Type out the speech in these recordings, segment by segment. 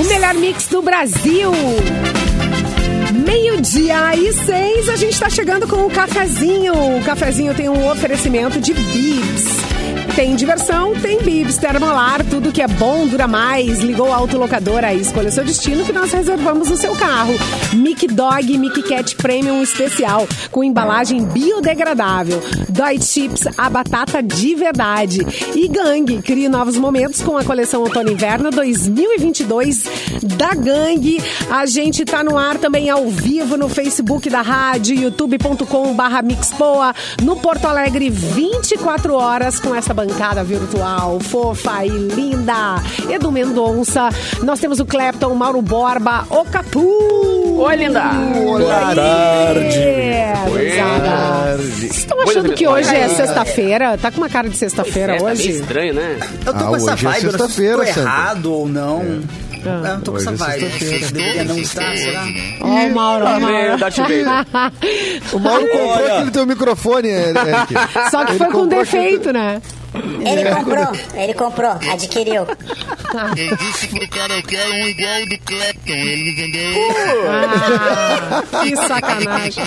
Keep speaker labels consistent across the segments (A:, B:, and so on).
A: O melhor mix do Brasil. Meio-dia e seis, a gente está chegando com o cafezinho. O cafezinho tem um oferecimento de bibs. Tem diversão, tem bibs, termolar, tudo que é bom dura mais. Ligou a autolocadora e escolha seu destino que nós reservamos o seu carro. Mic Dog Mic Cat Premium Especial, com embalagem biodegradável. Dói Chips, a batata de verdade. E Gangue, crie novos momentos com a coleção Outono Inverno 2022 da Gangue. A gente tá no ar também ao vivo no Facebook da rádio, youtube.com barra Mixpoa, no Porto Alegre 24 horas com essa bancada virtual fofa e linda. Edu Mendonça, nós temos o Clepton, Mauro Borba, o Capu.
B: Oi, linda.
A: Boa tarde. Vocês estão achando que hoje é sexta-feira? Tá com uma cara de sexta-feira
B: Festa, É, meio
A: hoje?
B: estranho, né?
C: Eu tô
D: Ah,
C: com essa
D: hoje é
C: vibe, eu não sei se
D: sexta-feira,
C: tô
D: Sandra.
C: errado ou não. Ah, eu tô com
D: Hoje
C: essa
D: é
C: vibe.
D: sexta-feira.
C: Deveria não tá,
B: né?
C: estar, será?
A: Ó, o Mauro,
D: Tá
A: o
B: Amém, Darth Vader. É
A: Mauro.
D: O Mauro comprou
C: Olha.
D: aquele teu microfone, Eric.
A: Só que
D: Ele
A: foi com
D: comprou
A: defeito, né?
E: Ele comprou, ele comprou, adquiriu.
F: Eu disse pro cara, eu quero um igual ao do Clapton. Ele me vendeu.
D: Uh!
A: Ah, que sacanagem.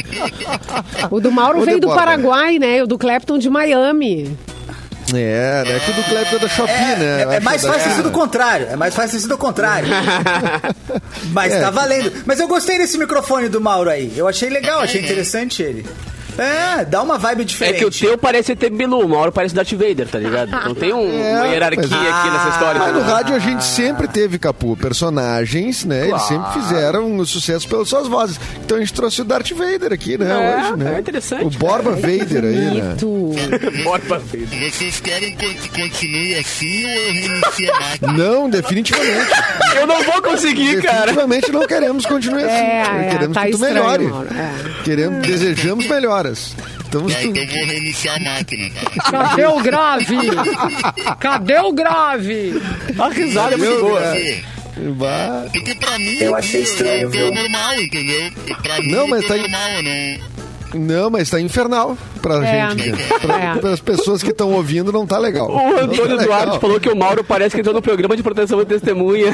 A: O do Mauro
D: Ô,
A: veio do
D: Debora.
A: Paraguai, né? E O do Clapton de Miami.
D: É, né? Que o do Clepton é da Shopee, né?
C: É,
D: Eu
C: é
D: acho
C: mais
D: da-
C: fácil isso do contrário. É mais fácil isso do contrário. Mas
D: É.
C: tá valendo. Mas eu gostei desse microfone do Mauro aí. Eu achei legal, achei interessante ele. É, dá uma vibe
B: É
C: diferente.
B: que o teu parece ter Bilu, o Mauro parece Darth Vader, tá ligado? Então tem um- uma
D: É,
B: hierarquia
D: mas-
B: aqui nessa história. tá
D: Mas no
B: entendeu?
D: rádio a
A: Ah.
D: gente sempre teve, Capu, personagens, né? Eles sempre fizeram o sucesso pelas suas vozes. Então a gente trouxe o Darth Vader aqui, né?
B: É,
D: hoje, né?
B: é interessante,
D: O Borba Vader aí, né?
A: Bonito.
B: Borba Vader.
F: Vocês querem que continue assim ou eu reinicie a máquina?
D: Não, definitivamente.
B: Eu não vou conseguir, cara.
D: definitivamente não queremos continuar assim.
A: É, é,
D: queremos
A: tá
D: que tu
A: estranho,
D: melhore.
A: Mauro, é.
D: Queremos, desejamos melhoras. Estamos
F: Tá, então eu vou reiniciar a máquina. Tá?
A: Cadê o grave? Cadê o grave?
B: A risada é muito
D: Eu,
B: boa.
D: né?
F: Porque-
D: Bah.
F: Porque pra mim. é
C: Eu achei estranho,
F: eu tô
C: viu?
F: normal, entendeu? Pra mim,
D: Não,
F: eu
D: mas
F: tô
D: tá em-
F: normal, né? eu não.
D: Não, mas tá infernal pra
A: É.
D: gente. Né? Pra,
A: É.
D: pras pessoas que estão ouvindo, não tá legal.
B: O Antônio
D: Não tá
B: Duarte
D: legal.
B: falou que o Mauro parece que entrou no programa de proteção de testemunha.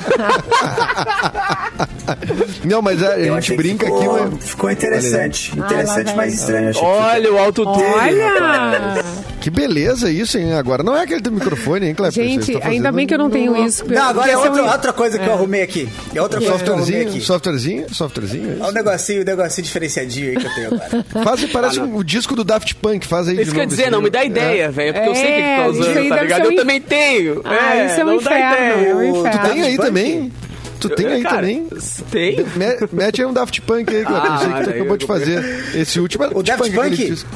D: Não, mas é, a, a
C: Eu
D: gente
C: achei que
D: brinca
C: ficou-
D: aqui, mas. Ah,
C: Ficou interessante. Interessante, mas estranho. achei que
B: Olha o alto dele.
A: Olha!
D: Que beleza isso, hein? Agora não é aquele do microfone, hein, Cleber?
A: Gente, ainda bem que eu não tenho isso.
C: Não, agora é
A: porque
C: outra,
A: são-
C: outra coisa que eu arrumei aqui. É outra coisa que eu arrumei
D: um Softwarezinho,
C: aqui.
D: softwarezinho, softwarezinho. é
C: Olha um
D: isso?
C: negocinho, um negocinho diferenciadinho aí que eu tenho agora.
B: Ah, tá.
D: Faz, parece um- o disco do Daft Punk, faz aí de
B: Isso quer
D: novo,
B: dizer,
D: assim.
B: não me dá
D: É.
B: ideia, velho, porque eu sei
A: É,
B: o que que tá
A: isso aí
B: usando, tá
A: deve
B: ligado?
A: ser um
B: Eu
A: inf-
B: também tenho.
A: Ah, isso é um
B: não dá
A: inferno, é
B: ideia.
A: um
C: Tu
A: inferno.
D: Tem aí
C: Daft Punk?
D: também? Tu tem aí
B: Cara,
D: também?
B: Tem?
D: Me- Mete aí um Daft Punk aí, Cleber.
B: Ah,
D: eu sei que tu
B: daí
D: acabou
B: eu
D: de
B: vou
D: fazer. Esse último era
C: O Daft
D: aquele
C: Punk?
D: disco.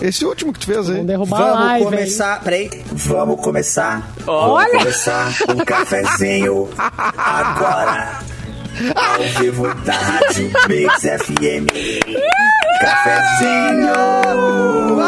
D: Esse último que tu fez aí.
A: Vamos derrubar a
C: Vamos
A: live. hein?
C: começar, peraí. Vamos começar.
A: Olha!
C: Vamos começar um cafezinho agora. Ao vivo da Rádio Mix FM. Cafezinho.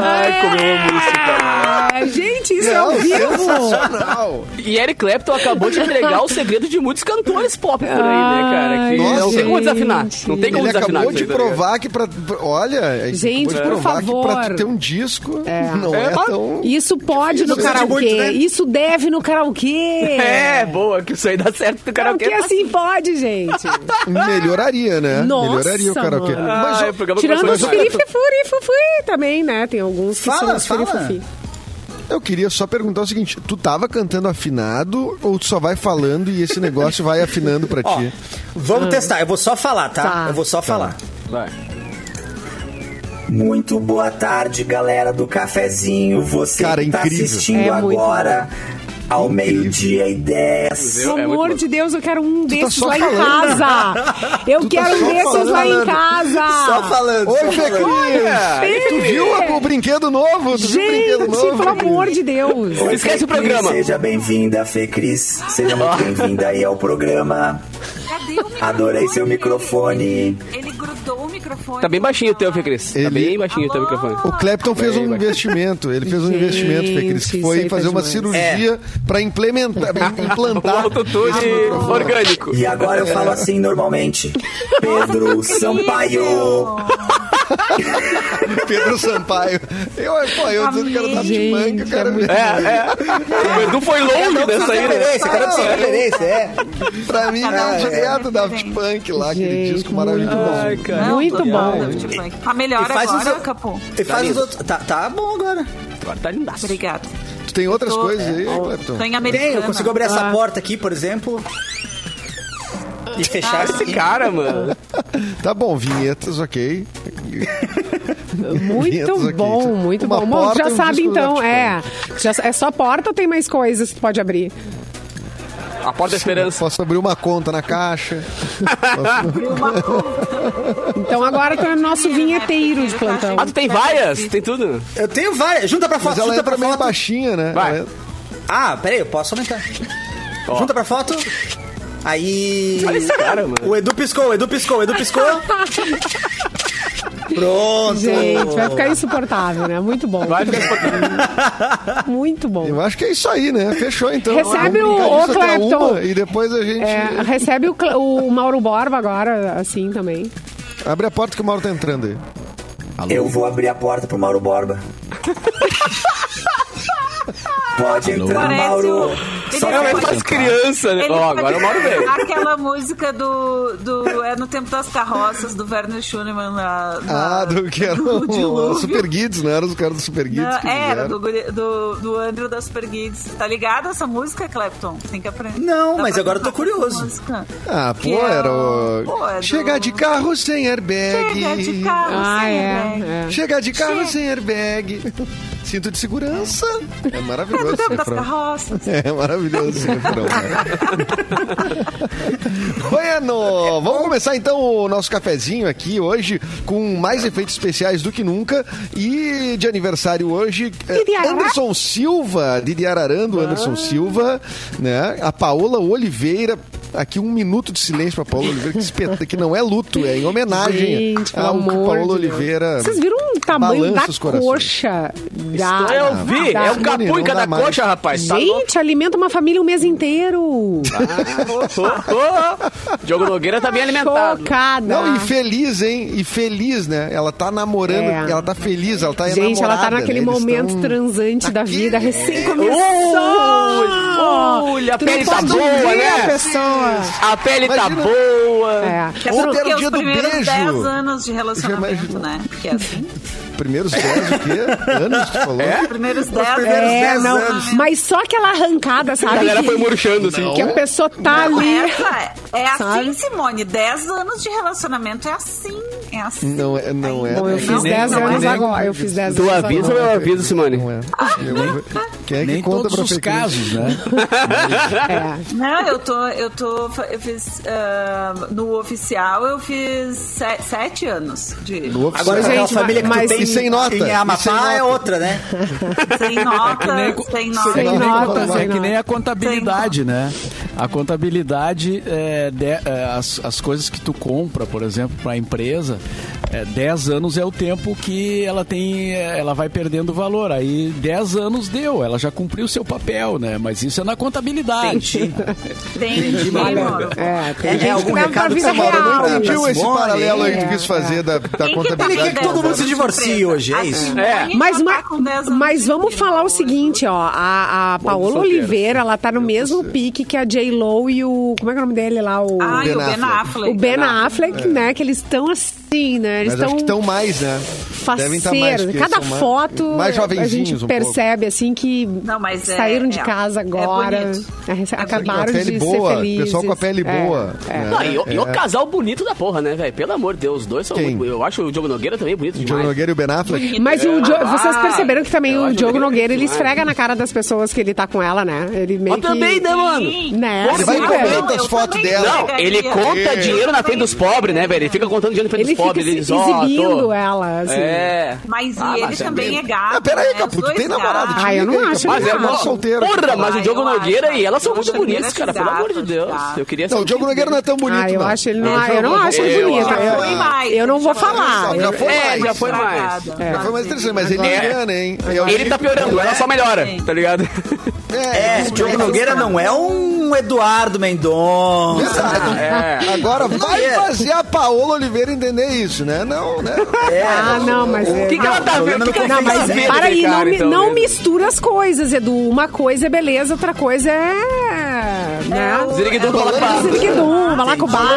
B: Ai, como eu amo isso, cara.
A: Ah, gente, isso é ao
D: Não,
A: vivo!
D: sensacional.
B: E Eric Clapton acabou de entregar o segredo de muitos cantores pop por aí, né, cara? Que
D: Ai,
B: não tem como
A: gente.
B: desafinar. Não tem como
D: Ele
B: desafinar.
D: acabou
B: isso
D: de
B: aí, tá ligado?
D: provar que pra. pra- Olha,
A: Gente,
D: acabou de
A: por
D: provar que
A: favor.
D: pra tu ter um disco não é, tão.
A: Isso pode
C: precisa
A: no
C: um de
A: karaokê.
C: muito, né?
A: Isso deve no karaokê.
B: É, boa, que isso aí dá certo pro
A: Karaokê
C: é
B: karaokê.
A: assim pode, gente.
D: Melhoraria, né?
A: Nossa,
D: Melhoraria o karaokê.
A: mano.
D: Mas,
B: Ah,
D: ó,
B: o programa
A: Tirando
B: começou
A: os
B: errado.
A: firififuri também, né? Tem alguns que são
C: Fala,
A: os
C: fala.
A: firifufi.
D: eu queria só perguntar o seguinte: tu tava cantando afinado ou tu só vai falando e esse negócio vai afinando pra
C: Ó,
D: ti?
C: vamos testar. Eu vou só falar, tá?
A: Ah. Tá.
C: Eu vou só falar.
B: Vai.
C: Muito boa tarde, galera do cafezinho. Você
D: Cara,
C: que tá
D: incrível.
C: assistindo
A: É muito
C: agora ao meio-dia e dez.
B: É
A: Pelo
B: muito
A: amor
B: bom.
A: de Deus, eu quero um desses
D: tá só
A: lá em
D: falando.
A: casa. Eu
D: Tu tá
A: quero
D: só
A: um desses lá em
D: falando.
A: casa.
C: Só falando. só
A: é
D: Oi, Fê
C: falando.
D: Cris! Tu
A: Fê!
D: viu a- o brinquedo novo? Tu viu o
A: Gente,
D: brinquedo novo?
A: pelo
D: Fê Cris?
A: amor de Deus.
C: Oi,
B: Esquece
C: Fê
B: o programa.
C: Cris, seja bem-vinda, Fê Cris. Seja muito bem-vinda aí ao programa. Adorei seu microfone.
G: Ele grudou o microfone.
B: Tá bem baixinho o teu, Fê Cris. Tá
D: Ele-
B: bem baixinho o teu microfone.
D: O Clapton fez um investimento, ele fez um
A: Gente,
D: investimento, Fê Cris, que
A: isso aí
D: foi
A: tá
D: fazer uma
A: demais.
D: cirurgia
B: É.
D: pra implementar, pra
B: O
D: implantar.
B: autotune
D: Tá.
B: orgânico.
C: E agora eu falo assim normalmente. Pedro Sampaio.
D: Pedro Sampaio. Eu, pô, eu dizendo que o cara tava de
A: Gente,
D: manga, o cara me... Tá.
B: O Edu foi longe dessa aí, né?
H: é Referência, cara, sem referência, é.
D: Pra mim,
G: Ah,
D: era
G: é.
D: direto da Daft Punk lá, aquele
A: Gente,
D: disco maravilhoso.
B: Ai, cara.
A: Muito bom.
G: Tá melhor
H: E faz
G: agora,
H: os-
G: Capô?
H: E faz os
B: lindo.
H: outros. Tá, tá bom agora.
B: Agora tá lindaço.
G: Obrigada.
D: Tu tem outras
G: Tô-
D: coisas aí,
G: é,
D: Clepton?
G: Tô em
H: Tem,
G: americana.
H: eu consigo abrir essa porta aqui, por exemplo. E fechar
B: Esse
H: assim.
B: cara, mano.
D: Tá bom, vinhetas, ok. Vinhetas
A: Muito
D: aqui.
A: bom, muito
D: Uma
A: bom. Bom,
D: porta
A: já
D: e um
A: sabe
D: disco do
A: então,
D: Daft
A: é. Já, é só porta ou tem mais coisas que pode abrir?
B: A porta da esperança.
D: Posso abrir uma conta na caixa.
A: Então agora tá o nosso vinheteiro de plantão.
B: Ah, tu tem vaias? Tem tudo?
H: Eu tenho várias. Junta pra foto,
D: Mas ela
H: junta pra
D: entra meio
H: foto.
D: baixinha, né?
B: Vai.
D: Ela é-
H: Ah, peraí, eu posso aumentar. Junta pra foto. Aí.
B: Olha esse cara, mano.
H: O Edu piscou, o Edu piscou, o Edu piscou. Pronto.
A: Gente, vai ficar insuportável, né? Muito bom.
B: Vai ficar exportando.
A: Muito bom.
D: Eu acho que é isso aí, né? Fechou, então.
A: Recebe o-
D: Vamos brincar
A: o
D: disso até
A: Clapton.
D: uma E depois a gente
A: É, recebe o, Cl- o Mauro Borba agora, assim também.
D: abre a porta que o Mauro tá entrando aí.
H: Eu vou abrir a porta pro Mauro Borba. Pode entrar,
G: Parece
H: Mauro.
G: o- ele
H: Só
G: é
H: vai
G: mais
B: Faz criança, né?
G: Ele
B: Ó,
G: pode-
B: agora o Mauro veio.
G: Aquela música do, do. É no tempo das carroças, do Werner Schunemann na. na-
D: Ah, do que era
G: do
D: o,
G: dilúvio.
D: Super Guides, não era os caras do Super Guides
G: na-
D: que
G: era,
D: fizeram.
G: é, do, guri- do, do Andrew das Perguides. Tá ligado essa música, Clapton? Tem que aprender.
H: Não,
G: Dá
H: mas
G: pra
H: agora eu tô
G: cantar essa
H: curioso.
G: música.
D: Ah, pô,
G: Que é
D: era
G: o-
D: o...
G: pô, é do-
D: Chegar de carro sem
H: É
D: airbag.
G: Chega é de carro,
A: Ah,
G: sem
A: é.
G: airbag.
A: é.
D: Chegar de carro sem airbag. Cinto de segurança. É
G: É
D: maravilhoso
G: no
D: esse
G: tempo das
D: refrão.
G: carroças.
D: É maravilhoso esse refrão. cara. bueno, vamos começar então o nosso cafezinho aqui hoje com mais efeitos especiais do que nunca. E de aniversário hoje, eh,
A: Didi Arará. Ah.
D: Anderson Silva, Didi Ararando, Anderson Silva, né? A Paola Oliveira. Aqui um minuto de silêncio pra Paola Oliveira, que, espeta, que não é luto, é em homenagem
A: Gente, pelo
D: ao
A: amor de
D: Paola
A: Deus.
D: Oliveira.
A: Vocês viram o tamanho
D: Balança
A: da
D: os corações.
A: coxa da.
B: Eu vi,
A: da-
B: é um capu
D: Não
B: em cada
D: dá mais.
B: coxa, rapaz. Tá louco?
A: Gente, alimenta uma família o mês inteiro.
B: Ô, ô, ô. Diogo Nogueira tá bem alimentado.
A: Chocada.
D: Não, e feliz, hein? E feliz, né? Ela tá namorando,
A: É.
D: ela tá feliz, ela tá
A: Gente, ela tá
D: enamorada,
A: naquele
D: né? Eles
A: momento
D: tão-
A: transante da
D: Aquele-
A: vida, recém começou.
B: Ui, ui, a
A: Tu não
B: pele tá
A: pode
B: boa,
A: ver a
B: né?
A: pessoa.
B: A pele tá
D: Imagina.
B: boa.
A: É.
G: É
D: Ontem
G: porque
D: era o dia
G: os
D: do
G: primeiros
D: beijo.
G: 10 anos de
D: Já
G: relacionamento,
D: imagino.
G: né? Porque é assim.
D: Primeiros 10 o quê? Anos, tu falou?
G: Os primeiros 10
H: primeiros
A: É,
H: dez
A: não,
H: anos.
A: Mas só aquela arrancada,
B: A
A: sabe?
B: galera
A: que,
B: foi murchando, assim.
A: que a pessoa tá ali.
G: Essa é assim,
A: Sabe?
G: Simone. 10 anos de relacionamento é assim. É assim.
D: Não é, não é.
A: Bom, eu fiz
G: Não,
A: 10
G: não,
A: anos
G: nem-
A: agora. Eu fiz 10
B: Tu
A: anos.
B: avisa ou
A: agora.
B: eu aviso, Simone?
D: Não é. Eu- Quem é que
I: Nem
D: conta
I: todos
D: pra
I: os
D: fake news?
I: casos, né?
A: É.
G: Não, eu tô. Eu tô. Eu fiz. ah, no oficial eu fiz 7 anos de.
D: No oficial.
H: Agora aquela
A: Gente,
H: família que tu
A: mas-
H: tem
D: E sem nota,
H: em
D: e sem
H: Amapá
D: nota.
H: é outra, né?
A: É
G: Sem nota, sem nota.
A: Sem
I: é que
D: Ah,
I: nem
A: nota,
D: tá
I: conta-
A: sem
I: é que nem a contabilidade, né? A contabilidade, é, de- é, as, as coisas que tu compra, por exemplo, para a empresa, é, 10 anos é o tempo que ela tem, é, ela vai perdendo valor. Aí 10 anos deu, ela já cumpriu o seu papel, né? Mas isso é na contabilidade.
G: Tem que tá
A: É, tem
H: É, é
A: gente
H: algum
A: que leva pra
H: recado que
A: vida
H: você mora, eu não
A: real. né? É.
H: entendi.
D: Entendiu
H: Tá
D: esse
H: bom,
D: paralelo aí
A: hein?
D: que tu quis fazer da,
A: Tá
G: tá
D: da contabilidade?
H: que todo mundo se divorcie hoje, é isso.
B: É.
A: Mas, ma-
G: tá com 10 anos
A: mas
G: de
A: vamos
G: vida,
A: falar o
G: né?
A: seguinte, ó. A, a Paola
B: solteiro.
A: Oliveira, ela tá no mesmo pique que a J. Lo e o. Como é que é o nome dele lá? O,
G: Ah, e o Ben
D: Ben
G: Affleck.
A: o Ben Affleck, né? Que eles estão assim, né? Eles
D: É. Mas acho que
A: estão
D: estão mais, né?
A: faceiros.
D: Devem estar mais. porque
A: Cada
D: são mais-
A: foto
D: Mais
A: a gente
D: jovenzinhos um pouco.
A: percebe, assim, que
G: Não, mas é-
A: saíram de
G: é-
A: casa
G: é
A: agora.
G: bonito.
A: arrece-
G: É bonito.
A: acabaram
D: Com a pele
A: de
D: boa,
A: ser felizes.
D: pessoal com a pele
A: É,
D: boa,
A: é.
D: né?
B: Não, e, o- e o casal bonito da porra, né, velho? Pelo amor de Deus, os dois são
D: Quem?
B: muito. Eu acho o Diogo Nogueira também bonito
D: O John
B: demais.
D: Nogueira e o Ben Affleck?
A: Mas o Diogo- vocês
B: Ah,
A: perceberam que também
B: eu
A: o
B: acho
A: Diogo
B: bonito
D: é
A: Nogueira, ele
B: demais.
A: esfrega na cara das pessoas que ele tá com ela, né? Ele meio
B: Mas também,
A: que...
B: né, mano?
A: Né?
B: Porra,
D: Ele vai e
A: Super.
D: comenta as fotos dela.
B: Não, ele conta dinheiro na frente dos pobres, né, velho? Ele fica contando dinheiro na frente
A: é Ele
B: dos
A: fica
B: pobres.
A: se
B: Ele diz, ó,
A: exibindo
B: tô...
A: ela, assim.
B: É.
G: Mas e
B: Ah,
G: ele
B: mas é
G: também é
B: bem-
G: gato.
D: Ah, peraí,
G: né? Os
D: Capu, tu
G: dois
D: tem namorado?
G: gatos.
A: Ah, eu não
D: Diga aí,
A: acho,
D: Capu,
B: Mas
A: eu
B: é
A: não
D: tá
A: acho.
B: bom.
D: solteiro.
B: Porra, mas
G: Ah,
B: o Diogo
G: eu acho,
B: Nogueira e ela são
G: eu
B: muito
G: acho
B: bonitos,
G: que
B: cara. Pelo amor de
G: gato,
B: Deus.
G: gato.
B: Eu queria ser
D: Não, o
B: um
D: Diogo
B: tipo
D: Nogueira não é tão bonito,
A: Ah, eu
D: não.
A: acho ele não,
D: É,
A: eu não
D: já-
A: acho ele
B: eu
A: bonito.
B: acho.
A: Eu-
G: Já foi mais.
A: Eu não vou
G: Já foi
A: falar. Ah,
G: mais.
D: Já foi
B: É,
D: mais.
B: já foi mais.
G: Estragado.
D: Já foi mais interessante, mas ele
B: É.
D: engana, hein?
B: dele.
D: Eu
B: Ele
D: achei-
B: tá piorando, ela só melhora,
G: Sim.
B: tá ligado?
D: É,
H: É, Diogo Nogueira não é um
C: um Eduardo Mendonça.
D: Exato.
B: É.
D: Agora vai
C: é.
D: fazer a Paola Oliveira entender isso, né? Não, né?
C: É,
A: Ah, não, mas...
B: O
A: é-
B: que, que ela tá vendo? O que, que ela
A: Não,
B: tá
A: mas
B: vendo,
A: para aí,
B: cara,
A: não, mi-
B: então,
A: não
B: né?
A: mistura as coisas, Edu. Uma coisa é beleza, outra coisa é. Né? Ah,
G: o-
B: Ziriguidum
G: é o-
B: fala pato.
A: Ziriguidum, malacobaco.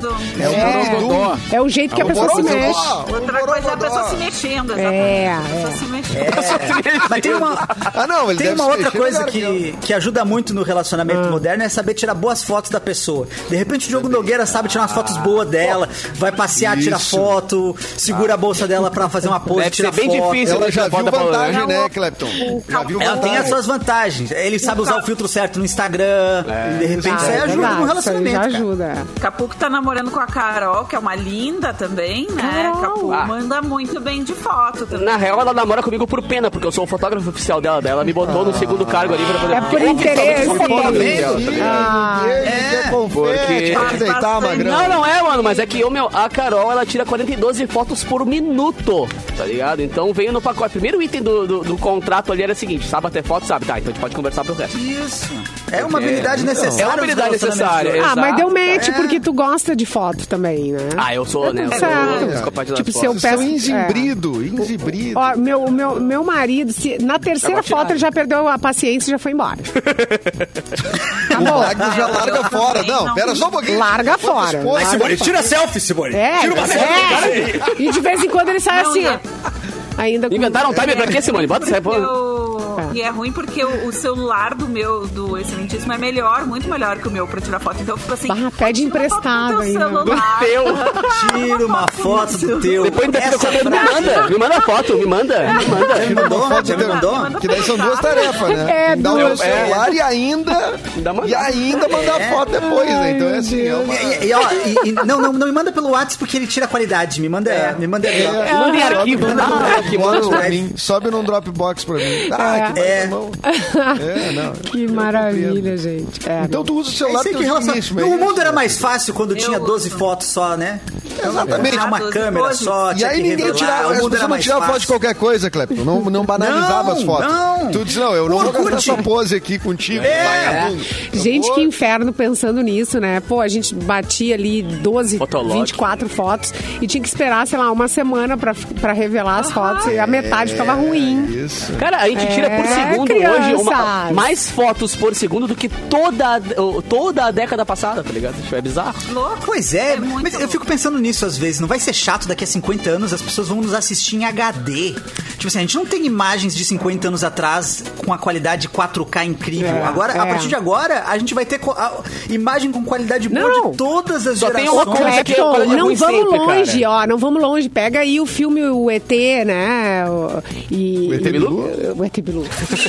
G: Tudo.
D: É
A: um
D: o Godó.
A: É o jeito que é a pessoa se mexe.
G: Outra coisa é a pessoa se mexendo, exatamente.
A: É,
G: a pessoa
A: é.
G: se mexendo.
C: É. Mas tem uma,
D: Ah, não, ele
C: tem
D: deve
C: uma
D: se
C: outra
D: mexer
C: coisa
D: melhor
C: que, que ajuda muito no relacionamento
B: Ah.
C: moderno é saber tirar boas fotos da pessoa. De repente o Diogo Nogueira sabe tirar umas fotos boas dela, vai passear, tira
D: Isso.
C: foto, segura a bolsa dela pra fazer uma pose,
B: Deve
C: tira
B: ser bem
C: foto.
B: difícil. né?
D: Ela já viu
B: Bota a Paola,
D: vantagem,
G: né?
D: né, Clepton? Já viu
C: Ela tem as
D: vantagem.
C: suas vantagens. Ele sabe usar o filtro certo no Instagram. e de repente isso aí
A: Ah, é
C: ajuda no
A: verdade,
C: relacionamento.
A: isso aí
C: cara.
A: já ajuda.
G: Capuco tá namorando com a Carol, que é uma linda também, né?
A: Carol.
G: Capu
B: Ah.
G: manda muito bem de foto também.
B: Na real, ela namora comigo por pena, porque eu sou o fotógrafo oficial dela. Daí ela me botou no segundo cargo ali pra poder...
A: Ah. É por
B: Eu
A: interesse.
B: sou fotógrafo dela.
D: Ih,
A: Ah,
D: ele quer confete,
B: Porque-
D: quer deitar,
G: Bastante.
D: é. magrão.
B: Não, não é, mano, mas é que eu, meu, a Carol, ela tira 42 fotos por minuto, tá ligado? Então veio no pacote. Primeiro item do, do, do contrato ali era o seguinte: sabe até foto, sabe? Tá, então a gente pode conversar pro resto.
C: Isso. É uma habilidade necessária.
B: É uma
C: nos
B: habilidade
C: relacionamentos
B: necessária,
C: de hoje.
A: Ah,
B: Exato.
A: mas deu match porque tu gosta de foto também, né?
B: Ah, eu sou, né? Eu sou
A: Certo.
B: psicopata das
A: Tipo,
B: fotos.
A: se eu
D: Vocês são
A: peço-
D: inzimbrido, inzibrido.
A: Ó, meu, meu, meu Tá marido, se, na terceira
B: vou tirar.
A: foto, ele já perdeu a paciência e já foi embora.
D: O Magnus já
G: Ah, eu
D: larga
G: também
D: fora. Não,
G: não.
D: pera só um pouquinho.
A: Larga fora.
D: esposa?
A: Larga
C: Simone, tira selfie, Simone.
A: É, é. E de vez em quando ele sai
G: Não,
A: assim,
G: e
A: ó.
G: é-
A: Ainda com...
B: Inventaram um timer pra quê, Simone? Bota essa
G: Porque
B: pô.
G: eu-
A: Tá.
G: E é ruim porque o, o celular do meu, do excelentíssimo, é melhor, muito melhor que o meu pra tirar foto. Então eu fico assim.
A: Bah, pede
G: tira uma foto
A: emprestado né?"
G: do teu
A: ainda.
G: celular.
B: Teu.
C: Tira uma foto do teu.
B: Depois ainda fica
C: Essa é
B: comendo. Me
C: frase-
B: manda, me manda a foto, me manda, me manda.
C: Você me
D: Uma
C: mandou?
D: foto
C: Você me
D: dela.
C: mandou?
D: Que daí são duas tarefas, né?
A: É,
D: Dar o
A: duas.
D: celular e ainda.
B: Dá uma-
D: E ainda mandar foto depois, né? Então é assim, é uma.
C: E, e, ó, e- e- não, não, não me manda pelo WhatsApp porque ele tira a qualidade. Me manda, me manda.
D: É.
B: Manda em arquivo,
D: Sobe
B: manda
D: num
B: em arquivo.
D: Dropbox pra
C: manda-
D: mim. Sobe num Dropbox pra mim. Ah,
C: É.
D: que é. É, não.
A: Que maravilha, gente. É.
D: Então tu usa o
C: Eu
D: celular
C: sei
D: teu
C: que relação...
D: início,
C: O mundo é
D: né?
C: era mais fácil quando tinha 12
G: uso. Ah,
C: fotos só, né?
D: Exatamente.
C: Era uma
G: Doze,
C: câmera
G: doze.
C: só.
D: É. E
C: Ah, tinha
D: aí
C: que
D: ninguém
C: revelar, o
D: tirava, as
C: mundo era
D: pessoas não
C: mais
D: tiravam foto de
C: fácil.
D: qualquer coisa, Clepton. Não, não banalizava
C: Não,
D: as fotos.
C: não. É.
D: Tu diz, não, eu não vou gastar
C: Orkut.
D: essa pose aqui contigo, vagabundo. Eu
A: Gente,
D: vou-
A: que inferno pensando nisso, né? Pô, a gente batia ali 12,
B: Fotolog.
A: 24 fotos e tinha que esperar, sei lá, uma semana pra, pra revelar as fotos e a metade ficava ruim.
D: Isso.
B: Cara, a gente tira por
A: É,
B: segundo
A: crianças.
B: hoje uma- mais fotos por segundo do que toda, a- toda a década passada, tá ligado? Tipo, é bizarro.
G: Louco.
C: Pois é,
G: muito
C: mas eu
G: louco.
C: fico pensando nisso às vezes. Não vai ser chato daqui a 50 anos, as pessoas vão nos assistir em HD. Tipo assim, a gente não tem imagens de 50 anos atrás com a qualidade 4K incrível.
A: É,
C: agora, a
A: é.
C: partir de agora, a gente vai ter co- a- imagem com qualidade boa
A: Não.
C: de todas as
B: Só tem
C: gerações.
B: uma coisa que-
A: Clapton,
B: é ruim
A: não vamos
B: sempre,
A: longe, ó, não vamos longe. Pega aí o filme O ET, né? o- E,
D: O ET Bilu?
A: O ET Bilu.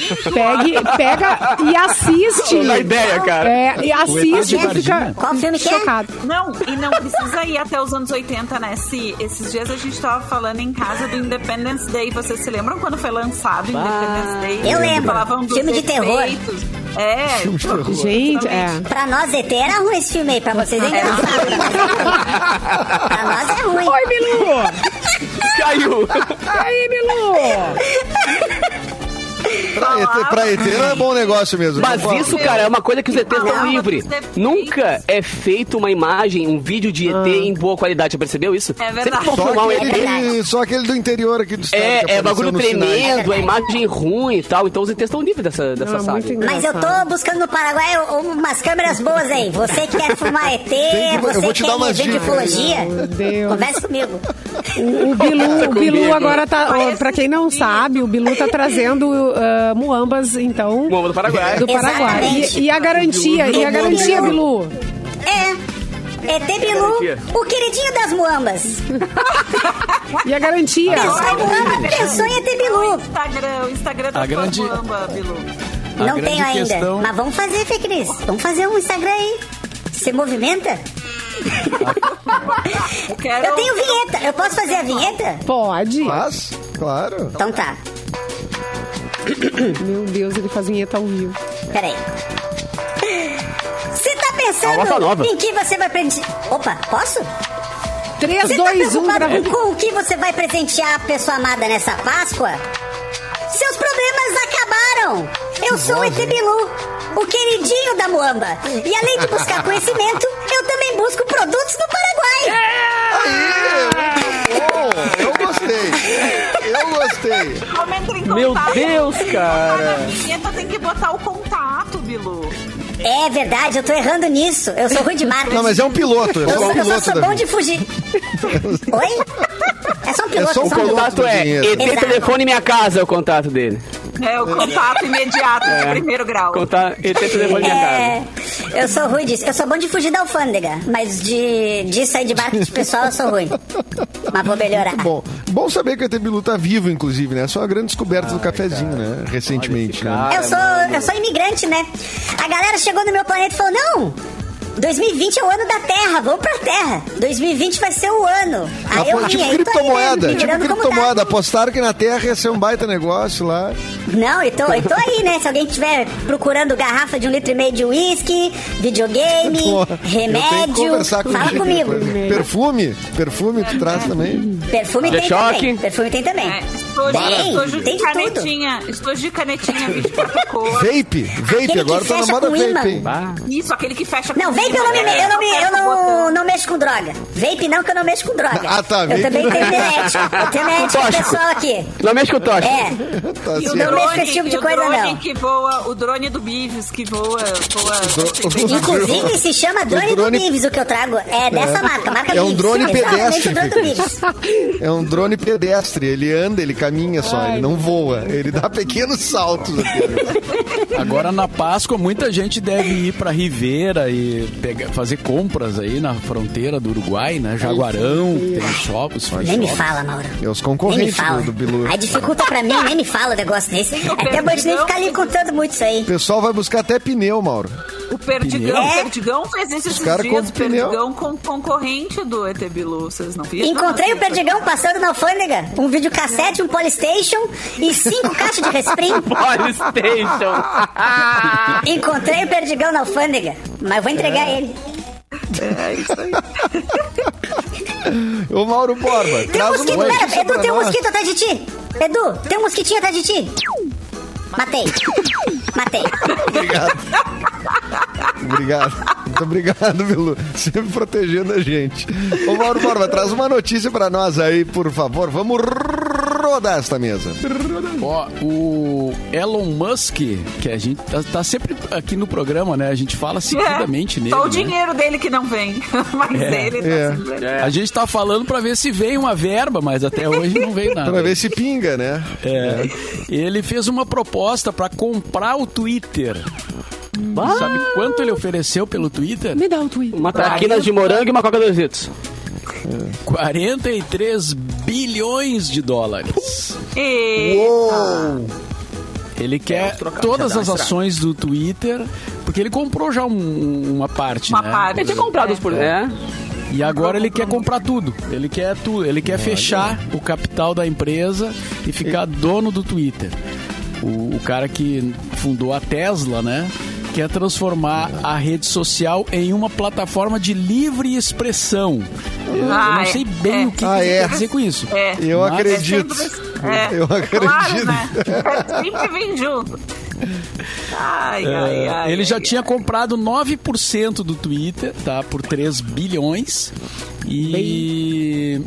A: Pegue, pega e assiste.
B: Não dá ideia, cara.
A: É, e assiste e fica
E: Qual filme que é?
A: chocado.
G: Não, e não precisa ir até os anos 80, né? Se esses dias a gente tava falando em casa do Independence Day. Vocês se lembram quando foi lançado o Independence Day?
E: Eu lembro.
G: Falavam dos
E: Filme de terror.
G: efeitos. É.
D: Filme de terror.
A: Gente, é.
E: Pra nós, ET, era ruim esse filme aí. Pra vocês é engraçado. pra nós é ruim.
A: Oi, Bilu!
B: Caiu!
A: Aí, Bilu!
D: Pra ET, pra ET não é bom negócio mesmo.
B: Mas
D: Não fala.
B: isso, cara, é uma coisa que os ETs estão
G: Não.
B: livres. Nunca é feito uma imagem, um vídeo de ET
A: Ah.
B: em boa qualidade. Já percebeu isso?
G: É verdade.
B: Sempre vão
D: Só
B: filmar um
D: aquele,
B: ET.
A: é
D: de- só aquele do interior aqui do estado. que
B: É, é
D: apareceu
B: bagulho
D: nos sinais.
B: tremendo, a imagem ruim e tal. Então os ETs estão livres dessa, dessa
A: Não, é
B: saga.
A: muito engraçado.
E: Mas eu tô buscando no Paraguai umas câmeras boas aí. Você que quer filmar ET,
D: eu vou
E: você
D: te dar
E: quer
D: umas
E: vídeo de
D: dicas.
E: ufologia,
A: Meu Deus.
E: conversa comigo.
A: O, o Bilu, o Bilu
B: comigo.
A: agora tá. ó, Pra quem não
G: Parece um
A: sabe, o Bilu tá trazendo ah, muambas, então.
B: Muamba do Paraguai.
D: É,
A: Do Paraguai.
E: Exatamente.
A: E, e a garantia, e a garantia, Bilu.
E: É, ET Bilu, o queridinho das muambas.
A: E a garantia.
E: Pensou em muamba, pensou em ET Bilu.
G: Instagram, o Instagram
I: A
G: da
I: grande-
G: Fórmula, Bilu.
I: A
E: Não
I: grande
E: tenho ainda.
I: questão-
E: Mas vamos fazer, Fê Cris. Vamos fazer um Instagram aí. Você movimenta?
G: Quero...
E: Eu tenho vinheta. Eu posso fazer a vinheta?
A: Pode.
D: Mas, claro.
E: Então tá.
A: Meu Deus, ele faz vinheta ao vivo.
E: Peraí. Você tá
B: Calma, tá
E: pensando
B: nova.
E: em que você vai presentear... Opa, posso?
A: 3,
G: um,
E: Você
A: 2,
E: tá
A: 1,
E: preocupado
D: né?
A: gravando.
E: com o que você vai presentear a pessoa amada nessa Páscoa? Seus problemas acabaram. Eu sou o ET Bilu. o queridinho da Moamba. E além de buscar conhecimento, eu também busco produtos do Paraguai.
D: Bom, eu gostei. Eu gostei.
G: Como entra em contato.
B: Meu Deus,
G: tem que
B: cara.
G: botar na vinheta, tem que botar o contato, Bilu.
E: É verdade, eu tô errando nisso. Eu sou ruim de marca.
D: Não, mas é um piloto. É
E: Eu
D: só
E: sou,
D: um
E: eu só
D: piloto,
E: sou bom
D: Davi.
E: de fugir. Oi? É só um piloto,
D: É só um
E: um
B: O
E: piloto.
B: contato é
D: Dinheiro.
B: ET
E: Exato.
B: Telefone Minha Casa é o contato dele.
G: É o contato imediato
B: É.
G: de primeiro grau.
B: Contar ET Telefone Minha Casa.
E: É, eu sou ruim disso. Eu sou bom de fugir da alfândega, mas de, de sair de barco de pessoal eu sou ruim. Mas vou melhorar.
D: Bom, bom saber que o ET Bilu tá vivo, inclusive, né? Só uma grande descoberta do cafezinho, né? Recentemente, né?
E: Eu sou, eu sou imigrante, né? A galera chegou no meu planeta e falou: não! 2020 é o ano da Terra, vamos pra Terra. 2020 vai ser o ano.
D: Ah,
E: Aí eu
D: foi
E: vim,
D: tipo
E: aí tô
D: criptomoeda,
E: aí, né,
D: tipo
E: migrando como
D: criptomoeda.
E: tá.
D: Apostaram que na Terra ia ser um baita negócio lá.
E: Não, eu tô, eu tô aí, né? Se alguém tiver procurando garrafa de um litro e meio de uísque, videogame,
D: Pô, eu tenho que
E: remédio,
D: conversar
E: fala
D: contigo
E: comigo.
D: depois. Perfume, perfume tu traz também.
E: Perfume
B: The
E: tem
B: Shock.
E: também. Perfume tem também.
G: É, estou de,
E: Bem,
G: estou de
E: tem de
G: canetinha. Estou de canetinha 24 cores.
D: Vape, vape,
E: Aquele
D: agora
E: que
D: tá na
E: fecha
D: moda
E: com
D: vape,
E: ímã.
D: hein?
G: Isso, aquele que fecha né?
E: Não, vape eu não, me, eu não, me- eu não, não mexo com droga. Vape não, que eu não mexo com droga.
D: Ah, tá,
E: Eu
D: vape
E: também
D: não.
E: tenho genética. Eu tenho genética com o
B: Tóxico.
E: pessoal aqui.
B: Não mexe com o Tocha.
E: É.
D: Tá
G: E o
E: Não
D: certo.
E: mexe com esse tipo
G: drone,
E: de
G: e o
E: coisa,
G: drone
E: não.
G: que voa, o drone do Bives que voa, voa.
D: dro-
E: Inclusive, se chama drone,
D: drone-
E: do Bives, o que eu trago. É dessa marca, marca
D: É um
E: Bives.
D: drone
E: Exatamente o drone do
D: pedestre.
E: Bives.
D: É um drone pedestre, ele anda, ele caminha só, ele não voa, ele dá pequenos saltos. apenas.
I: Agora na Páscoa, muita gente deve ir para Ribeira e pegar, fazer compras aí na fronteira do Uruguai, né? Jaguarão, tem shoppers, free
E: Nem me
I: shops.
E: fala, Mauro.
D: É os
E: Nem me
D: concorrentes
E: fala.
D: do, do Bilu.
E: Aí dificulta pra mim, nem me fala um negócio desse.
G: o
E: Até bom de nem
G: perdidão.
E: ficar ali contando muito isso aí.
D: O pessoal vai buscar até pneu, Mauro.
G: O Perdigão,
E: É?
G: o Perdigão fez isso esses
D: cara
G: dias,
D: com
G: o Perdigão com concorrente do ET Bilu, vocês não viram?
E: Encontrei o Perdigão passando na alfândega, um videocassete, um Polystation e cinco caixas de resprim.
B: Polystation.
E: Encontrei o Perdigão na alfândega, mas vou entregar ele.
G: É isso aí.
D: Ô Mauro Borba,
E: Tem um
D: traz
E: mosquito,
D: uma
E: pera,
D: notícia
E: Edu,
D: pra
E: tem um
D: nós.
E: mosquito atrás de ti. Edu, tem um mosquitinho atrás de ti. Matei. Matei.
D: Obrigado. Obrigado. Muito obrigado, Bilu. Sempre protegendo a gente. Ô Mauro Borba, traz uma notícia pra nós aí, por favor. Vamos rodar esta mesa.
I: Ó, o Elon Musk, que a gente tá, tá sempre aqui no programa, né? A gente fala seguidamente nele.
G: É, Só o
I: né?
G: dinheiro dele que não vem, mas ele tá
D: é.
G: sempre-
I: A gente tá falando para ver se vem uma verba, mas até hoje não veio nada.
D: Pra ver se pinga, né?
I: É. Ele fez uma proposta para comprar o Twitter. Sabe quanto ele ofereceu pelo Twitter?
A: Me dá o Twitter.
B: Uma traquinas de morango e uma coca dos litros.
I: 43 bilhões de dólares.
G: E-
D: Uou!
I: Ele quer todas as ações do Twitter, porque ele comprou já um- uma parte,
G: Uma
I: né?
G: parte.
B: Eu tinha comprado os por. É.
I: E agora ele quer comprar tudo. Ele quer tudo. Ele quer fechar o capital da empresa e ficar dono do Twitter. O, o cara que fundou a Tesla, né? Quer transformar
D: Uhum.
I: a rede social em uma plataforma de livre expressão. Eu, eu
G: Ah,
I: não
G: é.
I: sei bem
G: É.
I: o que,
D: Ah,
I: que ele
D: é.
I: quer dizer com isso.
G: É.
D: Eu
I: Mas-
D: acredito.
G: É,
D: Eu
G: é Claro,
D: acredito.
G: né? Sempre vem junto. Ai,
D: É.
G: ai, ai.
I: ele já
G: ai,
I: tinha comprado 9% do Twitter, tá? Por 3 bilhões. E.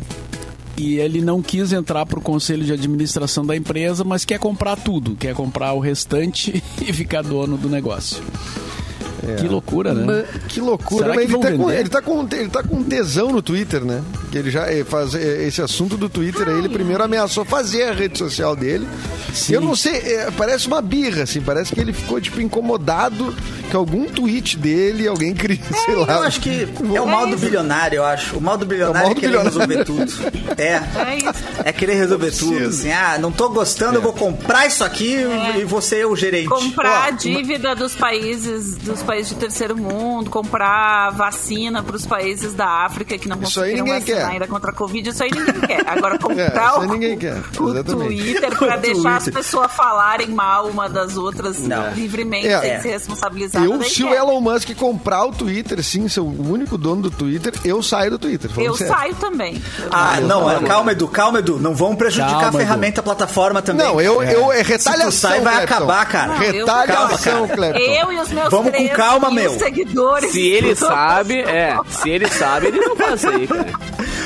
I: E ele não quis entrar pro conselho de administração da empresa, mas quer comprar tudo. Quer comprar o restante e ficar dono do negócio. Que loucura, né?
D: Que loucura,
I: Será
D: mas ele
I: que vão
D: tá, com,
I: vender?
D: ele, tá com, ele tá com tesão no Twitter, né? Que ele já eh, faz eh, esse assunto do Twitter aí, ele primeiro ameaçou fazer a rede social dele.
I: Sim.
D: Eu não sei, eh, parece uma birra, assim, parece que ele ficou, tipo, incomodado que algum tweet dele, alguém cria, sei lá.
C: Eu acho que é o mal do bilionário, eu acho. O mal do bilionário é,
D: mal do
C: querer
D: bilionário.
C: resolver tudo. É.
G: É isso.
C: É querer resolver tudo. Assim, ah, não tô gostando, eu vou comprar isso aqui e você é o gerente.
G: Comprar
C: Ó,
G: a dívida dos países dos países de terceiro mundo, comprar vacina para os países da África que não
D: Isso aí
G: conseguiram
D: ninguém quer.
G: ainda contra a Covid, isso aí ninguém quer. Agora,
D: É,
G: comprar
D: isso aí
G: o,
D: ninguém quer,
G: o
D: exatamente.
G: Twitter pra
C: O
G: deixar as
C: Twitter.
G: pessoas falarem mal uma das outras livremente,
D: É.
G: sem se responsabilizar.
D: Eu,
G: daí
D: se o
G: quer.
D: Elon Musk comprar o Twitter, sim, ser o único dono do Twitter, eu saio do Twitter. falando
G: Eu
D: sério.
G: saio também.
C: Ah, não, é, calma, Edu, calma, Edu. Não vamos prejudicar
I: Calma,
C: a ferramenta, a plataforma também.
D: Não, eu,
C: É.
D: eu é
C: Se
D: retaliação.
C: tu sai, vai
D: Clepton.
C: acabar, cara.
G: Não, Ah, eu-
D: Retaliação,
C: Calma, cara.
D: Clepton.
G: Eu e os meus
C: Vamos com
G: três
C: calma,
G: mil
C: meu.
G: seguidores.
B: Se ele sabe, é. Se ele sabe, ele não faz isso aí, cara.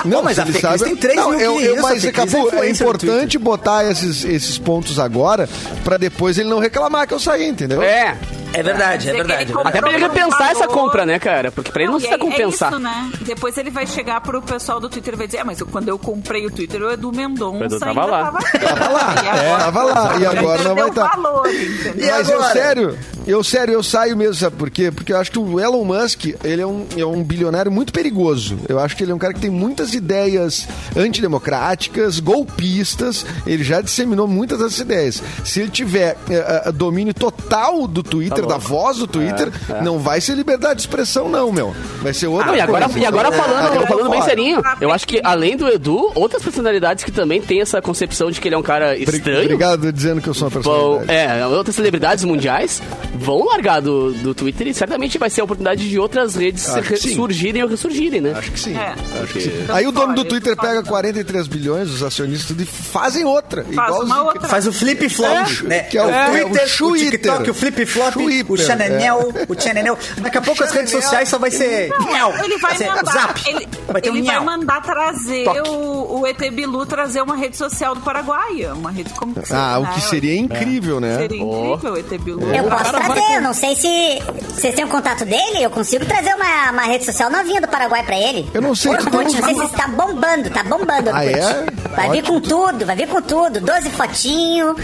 D: Não,
C: Pô, mas
D: se
C: a
D: ele
C: Fecris tem três
D: não,
C: mil
D: eu,
C: que
D: eu,
C: isso, a
D: Mas,
C: Fecris é
D: Capu, é
C: influencer no
D: importante botar esses, esses pontos agora pra depois ele não reclamar que eu saí, entendeu?
B: É.
C: É verdade, é
G: Dizer que ele
C: verdade. é
G: comprou
C: verdade.
B: Até pra ele
G: Comprou um
B: repensar essa
G: valor.
B: compra, né, cara? Porque pra ele não,
G: e
B: precisa
G: aí
B: compensar.
G: É isso, né? Depois ele vai chegar pro pessoal do Twitter e vai dizer: ah, mas eu- quando eu comprei o Twitter, o Edu Mendonça
B: O Edu tava
G: ainda
B: lá.
G: tava aqui." E
D: é,
G: agora-
D: tava lá, e agora não vai
G: Perdeu
D: tá.
G: valor, entendeu?
D: Mas eu
C: agora?
D: sério, eu sério, eu saio mesmo, sabe por quê? Porque eu acho que o Elon Musk, ele é um, é um bilionário muito perigoso. Eu acho que ele é um cara que tem muitas ideias antidemocráticas, golpistas, ele já disseminou muitas dessas ideias. Se ele tiver eh, eh, domínio total do Twitter, da voz do Twitter, não vai ser liberdade de expressão não, meu. Vai ser outra
B: Não, Ah, e agora,
D: coisa.
B: e agora
D: Então,
B: falando,
D: eu tô
B: falando bem
D: fora.
B: serinho, eu acho que além do Edu, outras personalidades que também têm essa concepção de que ele é um cara
D: Obri-
B: estranho.
D: Obrigado dizendo que eu sou uma
B: Vão,
D: personalidade.
B: é, outras celebridades mundiais vão largar do, do Twitter e certamente vai ser a oportunidade de outras redes
D: Acho que
B: re-
D: Ah, sim.
B: surgirem ou ressurgirem, né?
D: Acho que sim.
G: É.
D: Acho que
B: Porque-
D: sim. Aí o dono do
G: Então,
D: Twitter
G: fala,
D: pega
G: então.
D: 43 bilhões, os acionistas, tudo, e fazem outra.
G: Faz
D: igualzinho
G: uma
D: que-
G: outra.
C: Faz o flip-flop,
D: É,
C: né?
D: que é o- é, o
C: Twitter, o,
D: Twitter.
C: TikTok, o flip-flop, o
D: Twitter, é.
C: chananel, o chananel. Daqui a pouco as redes
D: Chananel.
C: sociais só vai ser... Nhau.
G: Ele vai
D: Assim,
C: ser
G: mandar,
C: Zap.
G: ele,
C: Vai ter um
G: ele vai
C: nhau.
G: mandar trazer
C: Toque.
G: o, o ET Bilu trazer uma rede social do Paraguai, uma rede como que
D: Ah, o
G: né?
D: que seria incrível, né?
G: Seria incrível o ET Bilu.
E: Eu posso trazer, eu não sei se vocês têm o contato dele, eu consigo trazer uma, uma rede social novinha do Paraguai pra ele.
D: Eu não sei, tu tem
E: Orkut,
D: um-
E: não sei se está bombando, tá bombando
D: Ah,
E: Orkut.
D: é?
E: Vai vir com tudo, vai vir com tudo, 12 fotinho.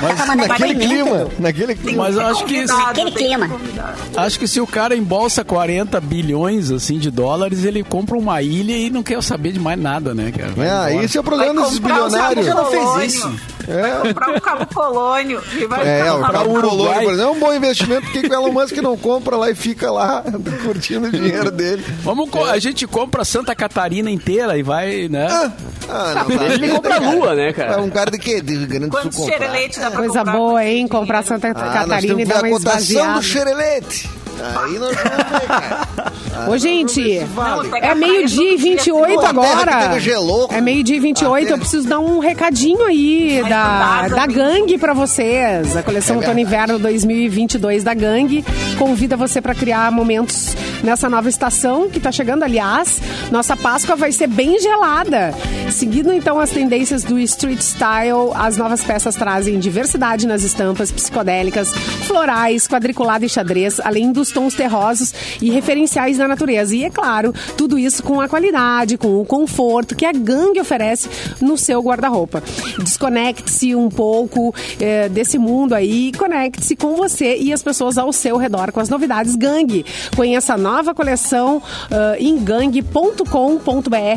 E: Dá pra mandar
D: Naquele
E: depoimento,
D: clima,
E: Edu.
D: naquele clima.
I: Mas eu acho que, se-
G: É Convidado,
E: Aquele
G: tem
E: clima.
G: convidado.
D: tá-
I: acho que se o cara embolsa 40 bilhões assim de dólares, ele compra uma ilha e não quer saber de mais nada, né, cara? Vai
D: É,
I: embora.
D: esse é o
G: Vai
D: problema desses
G: comprar um
D: bilionários.
G: cabo
C: fez
G: colônio,
C: isso.
D: É.
G: Comprar um cabo colônio. e vai
D: É,
G: ficar
D: o
G: lá
D: Cabo
G: no-
D: Colônia, por exemplo, é um bom investimento, porque o Elon Musk não compra lá e fica lá curtindo o dinheiro dele.
I: Vamos, co-
D: É.
I: a gente compra Santa Catarina inteira e vai, né?
D: Ah, ah, não,
B: Ele compra a lua, né, cara?
D: É um cara de quê? De Rio Grande do Sul
G: Quantos
D: comprar.
G: xereleite dá pra
A: Coisa
G: comprar?
A: boa, hein? Comprar Santa
D: Ah, nós
A: Catarina
D: temos
A: e
D: que
A: dar
D: ver
A: uma
D: a cotação
A: esvaziada.
D: do xerelete. Aí nós vamos ver, cara.
A: Ô, gente,
D: Vale.
G: pega
A: é
G: a
A: meio-dia
G: praia
A: e
G: do Tietê.
A: 28
D: Pô, a terra que
A: agora.
D: teve gelou.
A: É meio-dia e 28,
D: A
A: eu
D: terra-
A: preciso dar um recadinho aí
G: Mas
A: da,
G: não dá,
A: da
G: amigo.
A: Gangue pra vocês. A coleção
D: É
A: Outono e Inverno 2022 da Gangue convida você pra criar momentos nessa nova estação que tá chegando, aliás. Nossa Páscoa vai ser bem gelada. Seguindo então as tendências do street style, as novas peças trazem diversidade nas estampas psicodélicas, florais, quadriculado e xadrez, além dos tons terrosos e referenciais da natureza. E é claro, tudo isso com a qualidade, com o conforto que a gangue oferece no seu guarda-roupa. Desconecte-se um pouco eh, desse mundo aí, e conecte-se com você e as pessoas ao seu redor com as novidades gangue. Conheça a nova coleção ah, em gangue.com.br,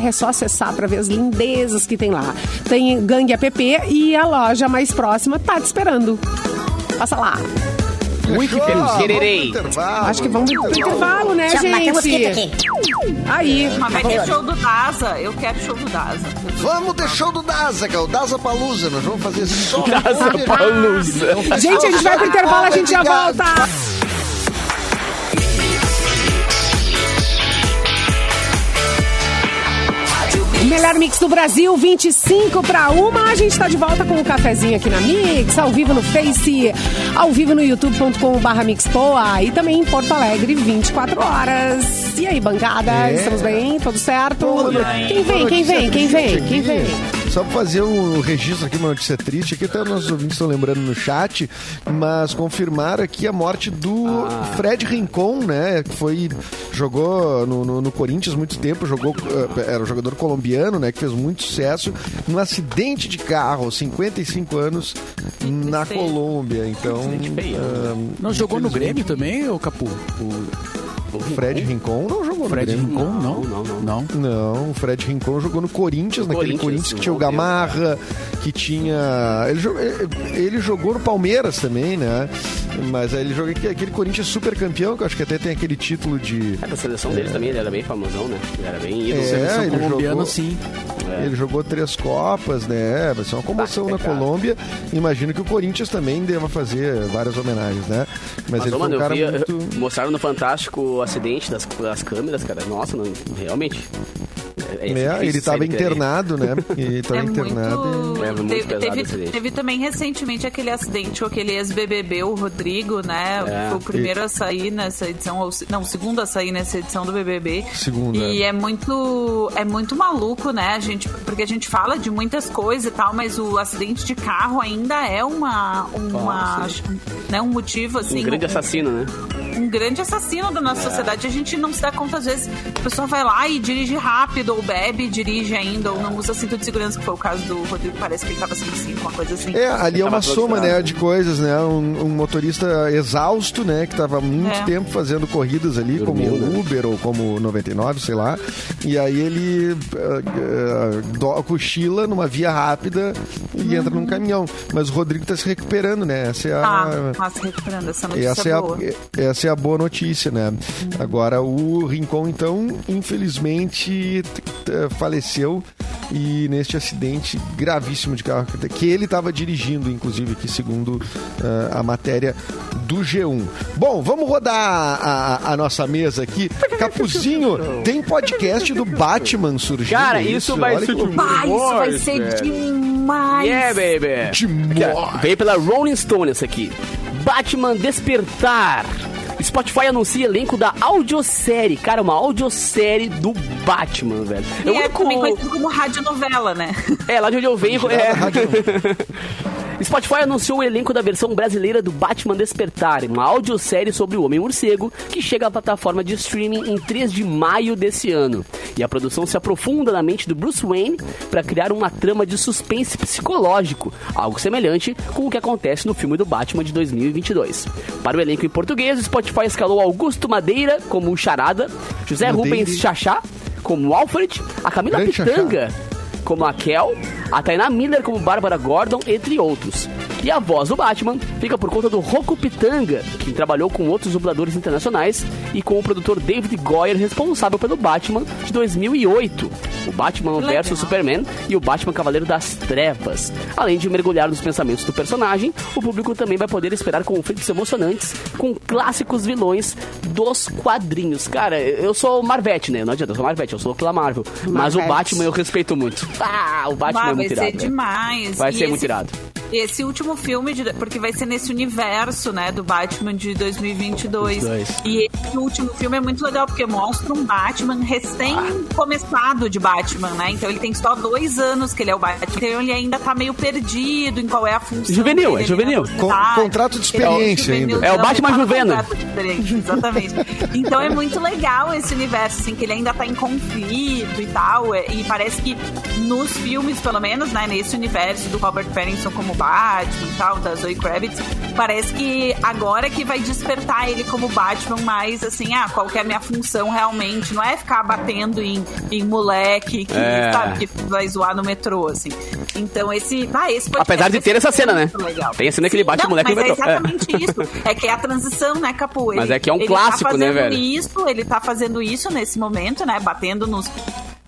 A: é só acessar para ver as lindezas que tem lá. Tem gangue app e a loja mais próxima tá te esperando. Passa lá.
D: Muito
B: Xererei.
A: Acho que vamos pro intervalo, né,
E: Tiago,
A: gente?
E: matei um mosquito aqui.
A: Aí.
G: Mas vai ter show do Daza. Eu quero show do Daza.
D: Vamos ter show do Daza, cara. O Daza Palusa. Nós vamos fazer só. um
B: Casa Palusa.
A: Gente, a gente vai pro intervalo, a gente já
D: Obrigado.
A: volta. Melhor mix do Brasil, 25 para uma. A gente está de volta com o cafezinho aqui na Mix, ao vivo no Face, ao vivo no youtube.com/barra Mixpoa e também em Porto Alegre, 24 horas. E aí, bancada? Estamos bem? Tudo certo? Quem vem? Quem vem? Quem vem? Quem vem?
D: Só pra fazer o registro aqui, uma notícia é triste, aqui até nossos ouvintes estão lembrando no chat, mas confirmaram aqui a morte do
A: Ah.
D: Fred Rincon, né? Que foi. jogou no, no- no Corinthians muito tempo, jogou. eh, Era um jogador colombiano, né? Que fez muito sucesso. Num acidente de carro, aos 55 anos, na
G: tristeza.
D: Colômbia. Então.
B: feio.
D: ah,
I: Não jogou no
D: infelizmente,
I: Grêmio também, ô Capu? O-
D: O Fred Rincon não jogou no
I: Fred
D: Grêmio.
I: Rincon, não?
B: Não, não,
D: Não, o Fred Rincon jogou no Corinthians,
B: No
D: naquele
B: Corinthians,
D: Corinthians que tinha o
B: meu Deus,
D: Gamarra, que tinha. Ele, jo- ele jogou no Palmeiras também, né? Mas aí ele jogou aqui- aquele Corinthians super campeão, que eu acho que até tem aquele título de.
B: É, da seleção dele também, ele era bem famosão, né? Ele era bem ídolo.
D: É,
I: Seleção
D: ele
I: colombiana,
D: jogou-
I: sim.
B: É.
D: Ele jogou três Copas, né? Vai ser uma comoção
B: Ah, que
D: na
B: pecado.
D: Colômbia. Imagino que o Corinthians também deva fazer várias homenagens, né? Mas,
B: Mas,
D: ele
B: ô,
D: foi
B: mano,
D: um
B: eu
D: cara
B: vi,
D: muito.
B: mostraram no Fantástico o acidente das, das câmeras, cara. Nossa, não, realmente. É, é
D: É,
B: difícil
D: ele estava
B: sair do trem.
D: internado, né? Ele estava
G: É
D: internado.
G: muito...
B: É muito
G: teve,
B: pesado
G: teve-
B: esse acidente.
G: teve também recentemente aquele acidente com aquele ex-BBB, o Rodrigo, né?
B: É.
G: Foi o primeiro a sair nessa edição, ou se- não, o segundo a sair nessa edição do BBB.
D: Segundo,
G: E
D: é.
G: é muito, é muito maluco, né? A gente, porque a gente fala de muitas coisas e tal, mas o acidente de carro ainda é uma, uma
B: Ah, sim.
G: né, um motivo assim,
B: Um grande
D: é.
B: assassino, né?
G: um grande assassino da nossa sociedade. A gente não se dá conta, às vezes, a pessoa vai lá e dirige rápido, ou bebe, e dirige ainda, ou não usa cinto de segurança, que foi o caso do Rodrigo, parece que ele tava sem cinto, uma coisa assim.
D: É, ali é
B: Tava
D: uma
B: todo
D: soma, né,
B: estragado.
D: de coisas, né? Um, um motorista exausto, né, que estava há muito
G: É.
D: tempo fazendo corridas ali,
B: Dormiu,
D: como
B: né?
D: Uber ou como 99, sei lá. E aí ele eh, eh, do- cochila numa via rápida e entra num caminhão. Mas o Rodrigo tá se recuperando, né? Essa é a...
G: Tá, tá se recuperando, essa notícia
D: Essa é, a,
G: boa.
D: essa é a boa notícia, né? Agora, o Rincon, então, infelizmente t- t- faleceu e neste acidente gravíssimo de carro que- que ele estava dirigindo, inclusive, aqui segundo ah, a matéria do G1. Bom, vamos rodar a, a- a nossa mesa aqui. Capuzinho, tem podcast do Batman surgindo. é
B: Cara, isso vai
D: Olha que
B: ser É.
D: loucura.
G: Pai, isso vai ser
D: é.
G: demais!
B: Yeah, baby!
D: Demais.
B: Aqui, ó, Veio pela Rolling Stone essa aqui. Batman Despertar. Spotify anuncia elenco da audiosérie. Cara, uma audiosérie do Batman, velho.
G: E é
B: único-
G: também conhecido como radionovela, né?
B: É, lá de onde eu venho. É. Spotify anunciou o elenco da versão brasileira do Batman Despertar, uma audiosérie sobre o Homem-Morcego, que chega à plataforma de streaming em 3 de maio desse ano. E a produção se aprofunda na mente do Bruce Wayne para criar uma trama de suspense psicológico, algo semelhante com o que acontece no filme do Batman de 2022. Para o elenco em português, o Spotify escalou Augusto Madeira como o Charada, José
D: Madeira.
B: Rubens Chachá como o Alfred, a Camila
D: Grande Chachá.
B: Pitanga como a Kel, a Tainá Miller como Bárbara Gordon, entre outros. E a voz do Batman fica por conta do Rocco Pitanga, que trabalhou com outros dubladores internacionais e com o produtor David Goyer, responsável pelo Batman de 2008, o Batman
G: Legal.
B: vs Superman e o Batman Cavaleiro das Trevas. Além de mergulhar nos pensamentos do personagem, o público também vai poder esperar conflitos emocionantes com clássicos vilões dos quadrinhos. Cara, eu sou Marvete, né? Não adianta, eu sou Marvete, eu sou Cla Marvel. Mas o Batman eu respeito muito. Ah, o Batman
G: Ah,
B: é
G: vai
B: muito
G: ser
B: irado. né?
G: demais.
B: Vai
G: E
B: ser muito irado.
G: Esse último filme, de- porque vai ser nesse universo, né, do Batman de 2022.
B: Dois.
G: E esse último filme é muito legal, porque mostra um Batman recém-começado de Batman, né? Então ele tem só dois anos que ele é o Batman. Então ele ainda tá meio perdido em qual é a função.
B: Juvenil,
G: dele, Tá,
B: é juvenil.
G: ele na
D: Con-
G: sociedade.
D: contrato de experiência
G: É o
D: ainda.
B: É o Batman
G: ele tá
B: juveno.
G: com contrato de experiência, Exatamente. Então é muito legal esse universo, assim, que ele ainda tá em conflito e tal. é, E parece que nos filmes, pelo menos, né, nesse universo do Robert Pattinson como Batman e tal, da Zoe Kravitz, parece que agora que vai despertar ele como Batman mais, assim, ah, qual que é a minha função realmente? Não é ficar batendo em, em moleque que,
B: É.
G: sabe, que vai zoar no metrô, assim. Então esse... Ah, esse podcast
B: Apesar de
G: vai
B: ter
G: ser
B: essa cena, né?
G: muito Legal.
B: Tem a cena que ele bate o
G: Não,
B: moleque
G: mas
B: no metrô.
G: É
B: É.
G: exatamente isso. É que é a transição, né, Capu? Ele-
B: Mas é que é um
G: ele
B: clássico,
G: tá
B: né,
G: fazendo
B: velho?
G: Isso, ele tá fazendo isso nesse momento, né? Batendo nos.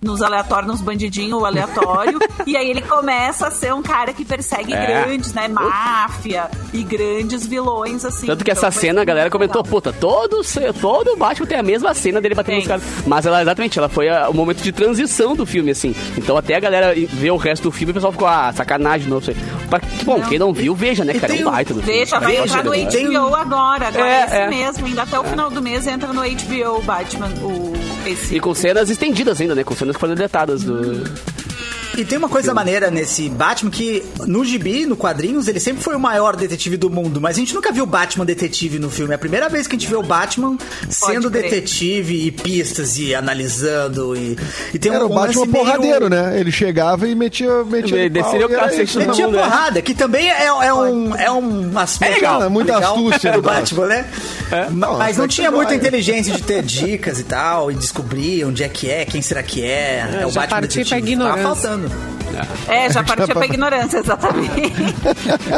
G: Nos aleatórios, nos bandidinhos, o aleatório. e aí ele começa a ser um cara que persegue
B: É.
G: grandes, né? Máfia e grandes vilões, assim.
B: Tanto que
G: Então,
B: essa
G: foi
B: cena, a galera
G: muito
B: comentou,
G: legal.
B: puta, todo, ce- todo Batman tem a mesma cena dele batendo
G: Tem.
B: nos caras. Mas ela, exatamente, ela foi a- o momento de transição do filme, assim. Então até a galera vê o resto do filme e o pessoal ficou, ah, sacanagem, não sei. Pra- bom,
G: Não.
B: quem não viu, veja, né, cara? É
C: tem
B: um
C: um-
B: baita do filme.
G: Veja, vai
C: Veja,
G: entrar no
C: tem um-
G: HBO agora. Agora
B: É,
G: é, esse
B: é.
G: mesmo. Ainda até o final do mês entra no HBO o Batman, o, esse
B: E com cenas estendidas ainda, né? Com cenas que foram deletadas do.
C: E tem uma coisa maneira nesse Batman que no gibi, no quadrinhos, ele sempre foi o maior detetive do mundo, mas a gente nunca viu o Batman detetive no filme. É a primeira vez que a gente vê o Batman sendo
G: crer.
C: detetive e pistas e analisando e, e tem um
D: Era
B: um
D: o Batman
C: lance meio-
D: porradeiro, né? Ele chegava e metia. metia
B: Ele
D: no pau,
B: descia o
D: e era
B: cacete
D: isso,
B: no
D: né?
C: Metia
B: mundo, né?
C: porrada, que também é, é um, é um aspecto.
D: legal. É muita astúcia
C: do
D: do Batman. É.
C: Batman, né? Ma-
D: Não, é.
C: Mas não
D: até que
C: tinha
D: vai.
C: muita inteligência de ter dicas e tal, e descobrir onde é que é, quem será que é. É, o
A: já
C: Batman
A: parti pra
C: detetive.
A: ignorância.
C: Tá faltando.
G: É, já partiu pra ignorância, exatamente.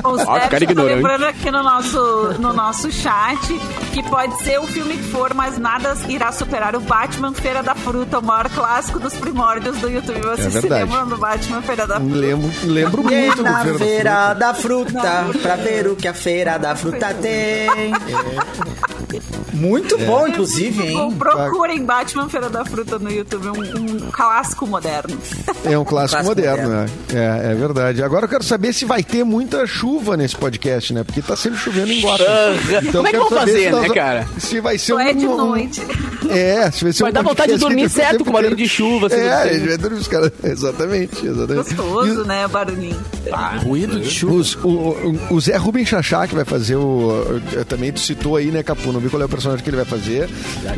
G: Os
B: Ó, cara
G: devs estão
B: ignorante.
G: lembrando aqui no nosso, no nosso chat que pode ser o filme que for, mas nada irá superar o Batman Feira da Fruta, o maior clássico dos primórdios do YouTube. Vocês se
D: É verdade.
G: lembram do Batman Feira da Fruta?
D: Lembro, lembro
C: Vem
D: muito
C: na
D: do Feira
C: feira da fruta, pra ver o que a feira da fruta tem.
D: É.
C: Muito bom, inclusive,
G: Bom,
C: hein?
G: procurem Batman Feira da Fruta no YouTube, um, um clássico moderno.
D: É um clássico
C: Clássico
D: moderno, né? É, é verdade. Agora eu quero saber se vai ter muita chuva nesse podcast, né? Porque tá sempre chovendo em Guarda.
B: Como é que
D: eu quero
B: vão
D: saber
B: fazer, né,
D: se
B: cara?
D: Se vai ser
G: Só
D: um...
G: é de
D: um-
G: noite.
D: É, se vai ser
B: Vai
D: um
B: dar vontade de
D: podcast
B: dormir
D: que fica o
B: certo
D: tempo
B: com barulho
D: inteiro-
B: de chuva, assim,
D: É,
B: assim.
D: a gente vai dormir os caras. Exatamente, exatamente.
G: Gostoso,
D: E-
G: né, barulhinho?
I: Ruído de chuva.
D: os- o, o- o Zé Rubem Chachá, que vai fazer o. eu Também tu citou aí, né, Capu? Não vi qual é o personagem que ele vai fazer.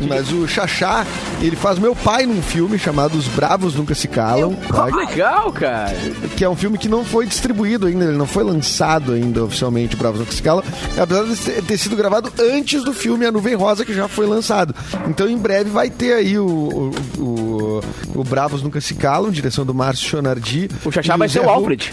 D: Mas o Chachá, ele faz meu pai num filme chamado Os Bravos Nunca Se Calam. tá?
B: Que legal, cara.
D: que é um filme que não foi distribuído ainda, ele não foi lançado ainda oficialmente, o Bravos Nunca Se Calam, apesar de ter- ter sido gravado antes do filme A Nuvem Rosa, que já foi lançado. Então, em breve, vai ter aí o, o, o- o Bravos Nunca Se Calam, direção do Márcio Chonardi.
B: O Chachá
D: E
B: vai ser
D: Zé
B: o
D: Ru-
B: Alfred.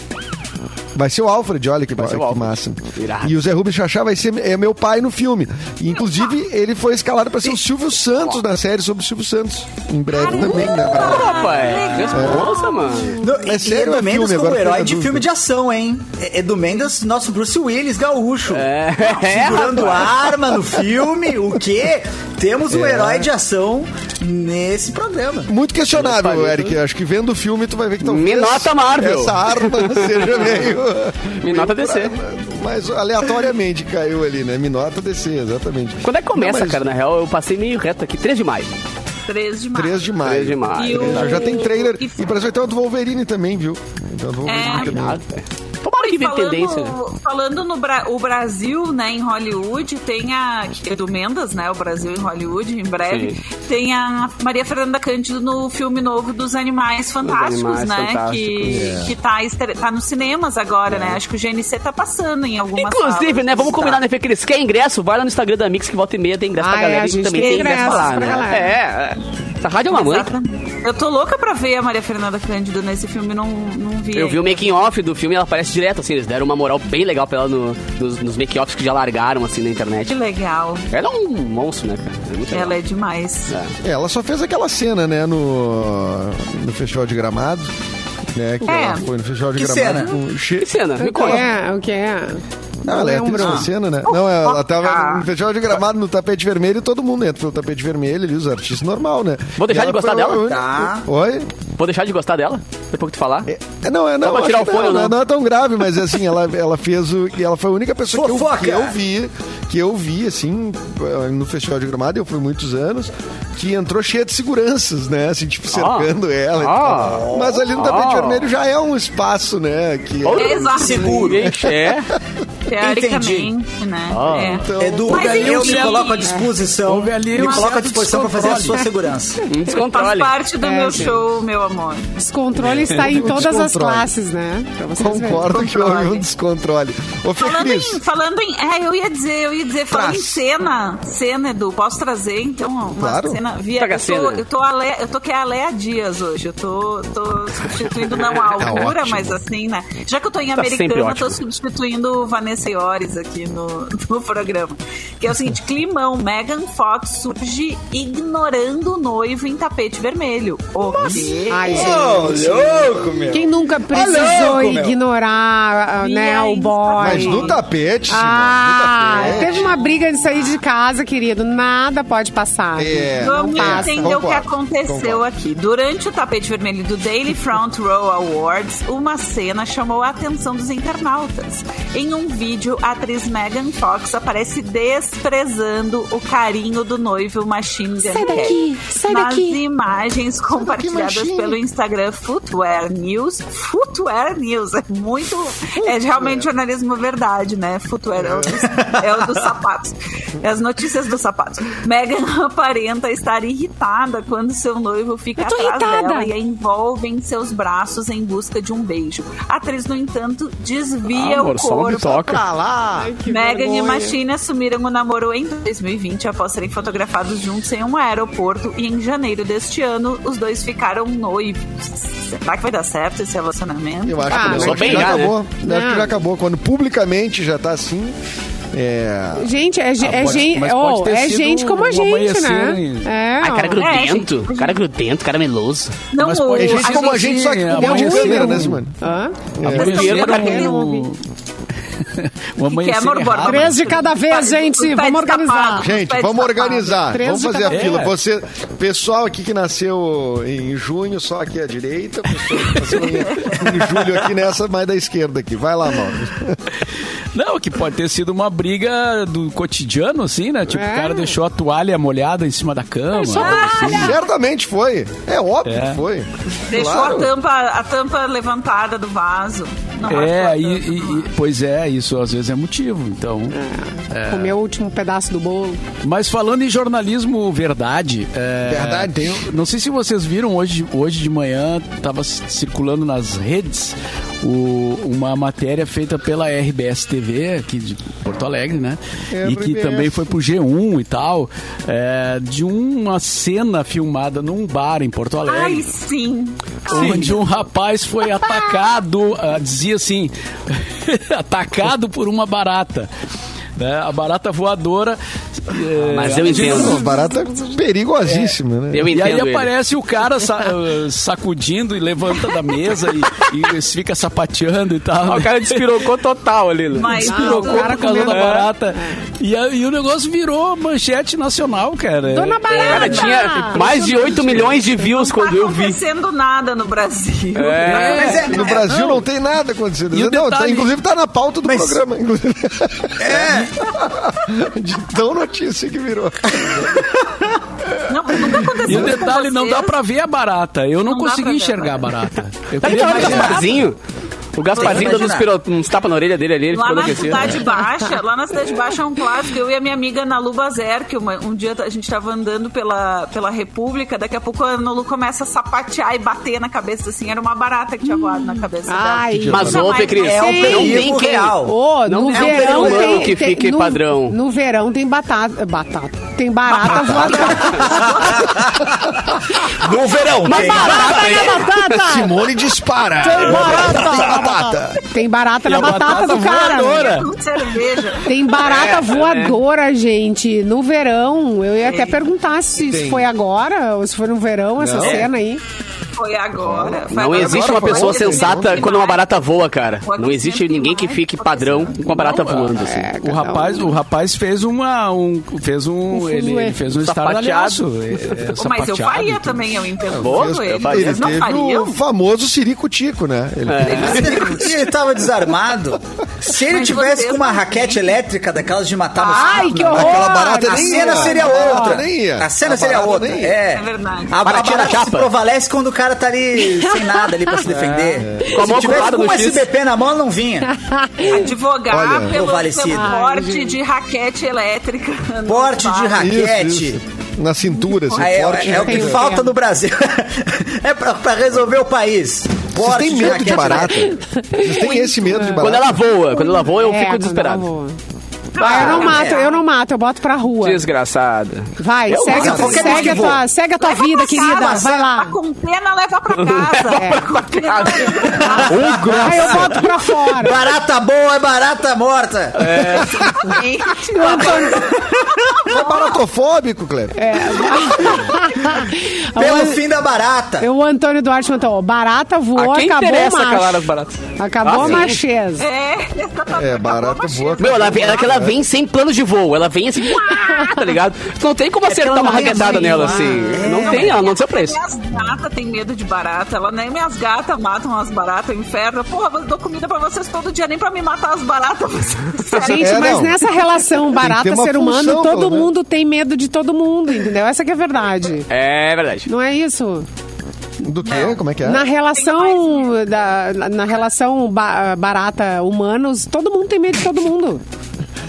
D: Vai ser o Alfred, olha que,
B: ser o
D: que
B: Alfred.
D: massa.
B: Irado.
D: E o Zé Rubens Chachá vai ser é meu pai no filme. E, inclusive, ele foi escalado para ser o Silvio Santos na série sobre o Silvio Santos. Em breve também, né?
B: Ô, rapaz. Responsa, mano.
C: No,
D: É
C: e
D: sério,
C: Edu
D: é
C: Mendes
D: filme,
C: como
D: agora
C: herói
D: fica a
C: de
D: dúvida.
C: filme de ação, hein? É- Edu Mendes, nosso Bruce Willis gaúcho.
B: É,
C: Segurando
B: rapaz.
C: arma no filme, o quê? Temos
D: É.
C: um herói de ação nesse programa.
D: Muito questionável, Eric. Acho que vendo o filme, tu vai ver que talvez...
B: Me nota, Marvel.
D: Essa arma seja meio...
B: Me nota DC.
D: Mas aleatoriamente caiu ali, né? Me nota DC, exatamente.
B: Quando é que começa,
D: Não, mas
B: cara? Na real, eu passei meio reto aqui. 3 de maio.
G: 3 de maio.
D: 3 de maio.
B: 3 de maio.
G: E o-
D: Já tem trailer.
G: E-
D: E parece que vai ter o do Wolverine também, viu? Então, do Wolverine
G: É.
D: também.
B: Nada. Tá? Tomara que vem
G: falando,
B: tendência. né?
G: falando no Bra o Brasil, né, em Hollywood, tem a. que é Do Mendas, né? O Brasil em Hollywood, em breve.
B: Sim.
G: Tem a Maria Fernanda Cândido no filme novo dos Animais Fantásticos,
B: Animais
G: né?
B: Fantásticos, é.
G: que, que tá, estre- tá nos cinemas agora, né? Acho que o GNC tá passando em alguma
B: Inclusive,
G: salas.
B: né? Vamos
G: Tá.
B: combinar, né, Fê? Que eles querem ingresso, vai lá no Instagram da Mix que volta e meia tem ingresso
A: Ah,
B: pra
A: é,
B: galera.
A: a
B: e
A: gente
B: também
A: tem
B: tem ingresso pra lá,
A: ingressos pra galera.
B: né? É. Essa rádio é uma mãe.
G: Exatamente. Eu tô louca pra ver a Maria Fernanda Cândido nesse filme, não, não vi.
B: Eu vi o making off do filme e ela aparece direto, assim, eles deram uma moral bem legal pra ela no- nos, nos making offs que já largaram assim na
G: Que
B: internet.
G: legal.
B: Ela é um monstro, né, cara? É muito legal.
G: Ela é demais.
D: É, Ela só fez aquela cena, né, no, no Festival de Gramado. Né, que
G: É.
D: ela foi no Festival de
C: Que
D: Gramado.
C: cena?
D: com che-
B: Que cena, me
A: O que
B: conta.
A: é? O que é?
D: Não, ela é atriz
A: Lembro.
D: da cena, né? Não, ela tava no Festival de Gramado, no tapete vermelho, e todo mundo entra pelo tapete vermelho ali, os artistas normal, né?
B: Vou deixar
D: E
B: de
D: ela
B: gostar
D: foi
B: dela?
D: a única-
C: Tá.
D: Oi?
B: Vou deixar de gostar dela, depois que tu falar.
D: É, não, é não.
B: pra
D: acho
B: tirar
D: que
B: o fone,
D: não,
B: não.
D: não é tão grave, mas assim, ela, ela fez o. Ela foi a única pessoa que eu,
C: Fofoca!
D: que eu vi, que eu vi, assim, no Festival de Gramado, eu fui muitos anos, que entrou cheia de seguranças, né? Assim, tipo, cercando ela e
B: Ah.
D: tal. Mas ali no tapete
B: Ah.
D: vermelho já é um espaço, né? Que
G: Exato.
C: Seguro.
B: É.
G: Teoricamente, né?
B: Ah.
G: É.
D: Então,
C: Edu,
G: Mas é um
C: eu
G: enfim.
C: me coloco à disposição.
I: Houve ali
C: me
I: um
C: coloco à
I: certo
C: disposição pra fazer a sua segurança.
B: Um
G: Faz
B: descontrole.
G: parte do
A: É,
G: meu
A: gente.
G: show, meu amor.
A: Descontrole está em todas as
D: Descontrole.
A: classes, né? Pra vocês verem.
D: concordo que houve um descontrole. Ô, Fê
G: Falando
D: Cris.
G: em, falando em. É, eu ia dizer, eu ia dizer, falando
D: Traz.
G: em cena, cena, Edu, posso trazer então uma
D: Claro.
G: cena via.
B: Traga
G: Eu
B: a cena.
G: tô, eu tô ale, eu tô que é a Léa Dias hoje. Eu tô, tô substituindo não a altura,
D: Tá ótimo.
G: mas assim, né? Já que eu tô em
B: Tá sempre
G: americana, eu
B: ótimo.
G: tô substituindo Vanessa Iores aqui no, no programa. Que é o seguinte, climão, Megan Fox surge ignorando o noivo em tapete vermelho. O quê?
A: Ai, gente.
C: louco, meu.
A: Quem nunca precisou
C: louco, meu.
A: ignorar, ah, né,
G: aí,
A: o boy?
D: Mas no tapete.
A: Ah,
D: Simone, no tapete.
A: teve uma briga de sair de casa, querido. Nada pode passar.
D: É,
G: Vamos
A: não passa.
G: entender o que
D: Concordo,
G: aconteceu
D: concordo.
G: aqui. Durante o tapete vermelho do Daily Front Row Awards, uma cena chamou a atenção dos internautas. Em um vídeo, a atriz Megan Fox aparece desprezando o carinho do noivo Machine Gun
J: Sai
G: Kelly.
J: daqui, sai
G: Nas
J: daqui.
G: imagens
B: um
G: compartilhadas
D: Machine.
G: pelo Instagram Footwear News. Footwear News é muito. É realmente jornalismo verdade, né? Footwear é o dos, é o dos sapatos. É as notícias dos sapatos. Megan aparenta estar irritada quando seu noivo fica
J: Eu tô
G: atrás
J: irritada.
G: dela e a envolve em seus braços em busca de um beijo. A atriz, no entanto, desvia
B: Ah, amor,
G: o
B: só não me
G: corpo
B: toca.
G: Megan e Machine assumiram o namoro em 2020 após serem fotografados juntos em um aeroporto e em janeiro deste ano os dois ficaram noivos. Será que vai dar certo esse relacionamento?
D: Eu acho
A: Ah,
D: que,
A: mas
D: eu acho que
B: bem
D: já
B: já, né?
D: acabou. Eu Acho que já
A: Não.
D: acabou. Quando publicamente já tá assim. É.
A: Gente, é, ge-
I: Ah,
A: é
I: pode-
A: gente,
I: mas pode
A: oh,
I: ter
A: é
I: sido
A: gente como a
I: um
A: gente,
I: amanhecer,
A: né?
I: hein?
A: É,
B: Ah, cara
A: ó.
B: grudento, cara grudento, cara meloso.
G: Não,
I: Mas,
G: o,
I: pô,
D: É gente
G: a
D: como a
G: gente-
D: gente, só que
I: é,
D: com mão de
I: amanhecer
D: câmera,
I: um-
D: né, mano?
A: Hã?
I: Amanhecer
G: Pra quem
I: é
G: não
I: um-
G: ouve.
I: um amanhecer
G: Quer, amor, bora.
I: errado. né?
A: Três de cada vez,
G: Vai,
A: gente,
G: vai
A: vamos
G: escapar.
A: organizar.
D: Gente,
G: Vai
D: vamos
G: escapar.
D: organizar.
A: Três
D: Vamos
A: de
D: fazer a
A: cada
I: vez.
D: fila.
I: É.
D: Você, pessoal aqui que nasceu em junho, só aqui à direita. Pessoal que nasceu em, em julho aqui nessa, mais da esquerda aqui. Vai lá, Mauro.
I: Não, que pode ter sido uma briga do cotidiano, assim, né? Tipo,
A: É.
I: o cara deixou a toalha molhada em cima da cama.
D: Certamente foi. É óbvio
I: É.
D: que foi.
G: Deixou
D: Claro.
G: a, tampa, a tampa levantada do vaso. Não raspou a
I: É, e,
G: tampa.
I: e- e- pois é, isso às vezes é motivo, então.
B: É.
A: Comeu o último pedaço do bolo.
I: Mas falando em jornalismo verdade, é,
D: Verdade.
I: tem- não sei se vocês viram hoje, hoje de manhã estava circulando nas redes o- uma matéria feita pela RBS TV aqui de Porto Alegre, né? E que
D: RBS.
I: também foi pro G1 e tal, é, de uma cena filmada num bar em Porto Alegre.
G: Ai, sim.
I: Onde um rapaz foi atacado, ah, dizia assim, atacado por uma barata. Né? A barata voadora. eh,
B: Ah, Mas eu entendo.
D: Barata perigosíssima, né?
B: Eu
I: E aí
B: entendo ele.
I: aparece o cara sa- eh, sacudindo e levanta da mesa e, e fica sapateando e tal.
B: Ah, O cara despirocou total ali. né?
G: Mas
I: Despirocou
G: o cara É.
I: por causa da
A: comendo-
I: barata. E, aí o negócio virou manchete nacional, cara.
A: Dona
B: Cara,
A: Barata!
B: tinha mais de 8 milhões de views
G: não
B: quando
G: tá
B: eu vi.
G: acontecendo nada no Brasil.
I: É.
D: Mas é- no Brasil não. tem nada acontecendo.
I: E o
D: Não, tá-
I: detalhe-
D: inclusive tá na pauta do
C: Mas-
D: programa. Inclusive. É. De tão notícia que virou.
G: Não, nunca aconteceu
I: E o
G: isso com
I: detalhe, não dá
G: vocês.
I: pra ver a barata. Eu
G: Não
I: não,
G: dá pra
I: consegui
G: ver,
I: enxergar
G: né?
I: a barata. Eu
B: Tá ligado o
I: mais-
B: Gasparzinho? O Gasparzinho dando uns,
C: Imagina.
B: piro- uns tapas na orelha dele ali, ele
G: Lá
B: ficou
G: na
B: enlouquecido.
G: Cidade Baixa, lá na Cidade Baixa é um clássico. Eu e a minha amiga Nalu Bazer, que uma- um dia a gente tava andando pela, pela República, daqui a pouco a Nalu começa a sapatear e bater na cabeça, assim. Era uma barata que tinha voado na cabeça
A: Hum. Ai,
G: dela.
B: Mas
G: Nunca
B: ontem,
G: mais
B: Cris,
C: É um
B: não tem
C: perigo
B: quem.
C: real.
A: Ô,
B: Não
A: no
B: é um
A: verão
B: ser humano
A: tem,
B: que
A: tem-
B: fique
A: no,
B: padrão.
A: No verão tem batata, batata. Tem barata voadora.
C: No verão,
A: Mas barata na batata!
D: Simone dispara.
A: Tem barata na
D: batata.
A: Tem barata
I: E
A: na
I: a
A: batata do cara.
I: voadora.
G: Com cerveja.
A: Tem barata voadora, gente. No verão, eu ia até perguntar se isso
D: Tem.
A: foi agora ou se foi no verão essa
D: Não.
A: cena aí.
G: Foi agora. foi
B: Não
G: agora.
B: existe uma
G: Foi
B: pessoa
G: ontem,
B: sensata
G: ontem
B: quando uma
G: mais.
B: barata voa, cara.
G: O
B: Não existe ninguém que fique padrão com uma barata voando,
A: É,
B: assim.
G: É
I: O rapaz,
G: um.
I: o rapaz fez uma. Um, fez um.
A: Um
I: ele,
A: fuzuê.
I: ele fez um
B: Sapateado.
I: estardalhaço. É, é,
G: Pô, Mas eu
I: sapateado e
G: faria
I: tudo.
G: também, eu
B: Boa,
G: impeloso
B: eu
G: ele.
B: faria.
G: Vocês
D: Ele
G: não
D: teve
G: fariam?
B: um
D: o famoso ciricutico, né? Ele
C: É. Ele tava desarmado. Se ele
G: Mas
C: tivesse
G: você
C: com uma
G: também.
C: raquete elétrica daquelas de matar mosquito,
A: Ai, que
C: né?
A: horror!
D: Aquela barata
C: A
D: nem
C: cena
D: ia.
C: seria
D: A barata
C: outra.
D: nem ia.
C: A cena
D: A
C: seria
D: barata
C: outra.
D: nem ia.
G: É verdade.
C: A, a
B: Baratinha
C: barata
B: na
C: se
B: chapa.
C: provalece quando o cara tá ali sem nada ali pra se defender.
B: Com a mão
C: Se tivesse
B: ocupada
C: com
B: no
C: um
B: X.
C: SBP na mão, ela não vinha.
G: Advogar
D: Olha,
G: pelo
C: Ovalecido.
G: seu
C: Ai,
G: porte de raquete elétrica. no
C: Porte de
G: bar.
C: raquete.
D: Na cintura, assim,
C: Ah, é,
D: forte.
C: é o que
A: Tem-
C: falta no Brasil. é pra, pra resolver o país.
D: Vocês têm medo de
C: raquete
D: barata?
C: elétrica.
D: Vocês têm esse
C: né?
D: medo de
B: Quando
D: barata?
B: ela voa, quando ela voa, eu
A: É, quando
B: fico
A: ela
B: desesperado.
A: voa. Ah, eu não
C: Ah,
A: mato,
C: é.
A: eu não mato, eu boto pra rua.
B: Desgraçada.
A: Vai, segue,
C: não, qualquer coisa
A: segue,
C: que
A: a
C: voa.
A: tua, segue a tua
G: Leva
A: vida,
G: pra
A: querida.
G: casa,
A: Vai
G: Tá
A: lá.
G: com pena, leva pra casa.
B: pra casa.
G: É.
A: Aí eu boto pra fora.
C: Barata boa é barata morta.
A: Eu Antônio-
D: É baratofóbico, Cleber.
A: É.
C: Pelo
A: Agora,
C: fim da barata.
A: eu- O Antônio Duarte mandou, barata voou,
B: a quem
A: acabou o
B: interessa calar
A: macho.
B: as baratas?
A: Acabou
B: Ah,
A: a
B: sim.
A: macheza.
G: É, exatamente.
D: É, barata
G: Acabou a
D: voa.
G: machista.
B: Meu, ela, ela- aquela vem sem plano de voo, ela vem assim, uá, tá ligado? Tu não tem como acertar
C: ela
B: uma
C: não tem
B: raquetada
C: assim,
B: nela,
C: ah,
B: assim.
C: é.
B: Não tem, ela não tem seu preço.
G: Minhas gatas têm medo de barata. Ela nem minhas gatas matam as baratas, é um inferno. Porra, eu dou comida pra vocês todo dia, nem pra me matar as baratas. vocês-
A: Gente,
D: É,
A: mas
D: não.
A: nessa relação
D: Tem
A: barata
D: que ter uma
A: ser humano,
D: função,
A: todo
D: pelo menos.
A: mundo tem medo de todo mundo, entendeu? Essa que é a verdade.
B: É verdade.
A: Não é isso?
D: Do quê? Como é que é?
A: Na relação da, na- na relação ba- barata humanos, todo mundo tem medo de todo mundo.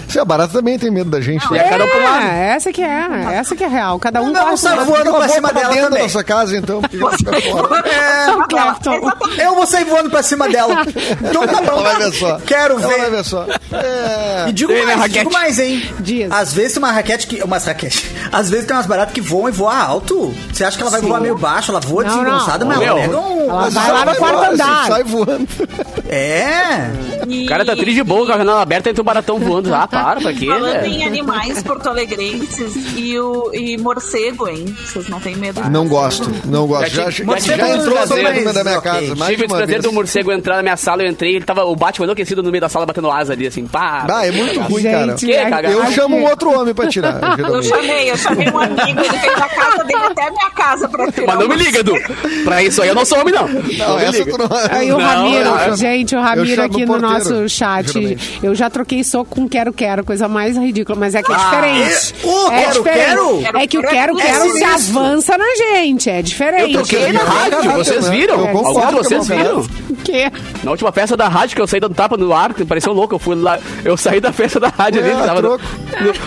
D: Se a barata é também tem medo da gente. né?
B: E a Carol Polaro.
A: É, essa que é, essa que é real. Cada um
C: Não,
A: corre
C: sabe,
A: pro-
C: vou- voando
D: Dá uma
C: pra
D: volta
C: cima dela
D: dentro
C: também.
D: da sua casa, então. Por que que ela fica fora?
C: É,
A: Clapton.
C: eu vou sair voando pra cima dela. Então tá
D: Ela
C: bom.
D: vai ver só.
C: Quero
D: Ela vai
C: ver.
D: ver só. É.
C: E digo
B: Tem minha
C: mais, digo
B: raquete.
C: mais, hein?
A: Dias.
C: Às vezes tem uma raquete que. Umas raquete. Às vezes tem umas baratas que voam e voam alto. Você acha que ela vai voar meio baixo? Ela voa
A: Não,
C: desengonçada,
A: não.
C: mas ela
B: Meu,
C: pega um.
A: ela
D: Mas
A: vai
D: ela
A: lá no quarto
D: embora, assim,
A: andar.
D: Sai voando.
C: É.
B: O cara tá triste de boa, com a janela aberta, entra um baratão voando. Ah, para, pra quê?
G: Falando em
B: velho?
G: animais porto-alegrenses e, o, e morcego, hein? Vocês não têm medo
D: Não gosto, não gosto. Já, tá já,
B: Mas
D: já
B: sempre
D: entrou
B: um
D: a
B: prazer.
D: dentro da minha
C: Ok.
D: casa. Mais
B: Tive
D: de
B: o
D: uma
B: prazer
D: vez.
B: do morcego entrar na minha sala, eu entrei, ele tava, o Batman enlouquecido no meio da sala, batendo asa ali, assim, pá.
D: Ah, é muito ruim, cara.
A: Gente,
B: Que, cara?
D: Eu
A: ai,
D: chamo
A: que-
D: um outro homem pra tirar,
G: Eu
D: geralmente.
G: chamei, eu chamei um amigo, ele veio da casa dele até a minha casa pra tirar.
B: Mas não
G: o
B: me liga, Edu. Pra isso aí eu não sou homem, não.
D: Não, essa tu não...
A: Aí o
B: Não,
A: Ramiro,
B: não.
A: gente, o
D: é Eu
A: Ramiro
D: chamo
A: aqui
D: o
A: no
D: porteiro,
A: nosso chat,
D: geralmente.
A: eu já troquei soco com quero quero, coisa mais ridícula, mas é que é diferente.
C: é- o
A: é
C: quero, quero?
A: É que o quero
G: É
A: quero se
C: sinistro.
A: avança na gente, é diferente.
B: Eu troquei né? na rádio, vocês viram?
D: né? Eu concordo
B: Alguns de
D: com o
B: vocês
D: meu
B: viram?
A: O quê?
B: Na última festa da rádio que eu saí dando tapa no ar, que pareceu louco, eu fui lá, eu saí da festa da rádio
D: Ué,
B: ali, ele tava no,
D: troco.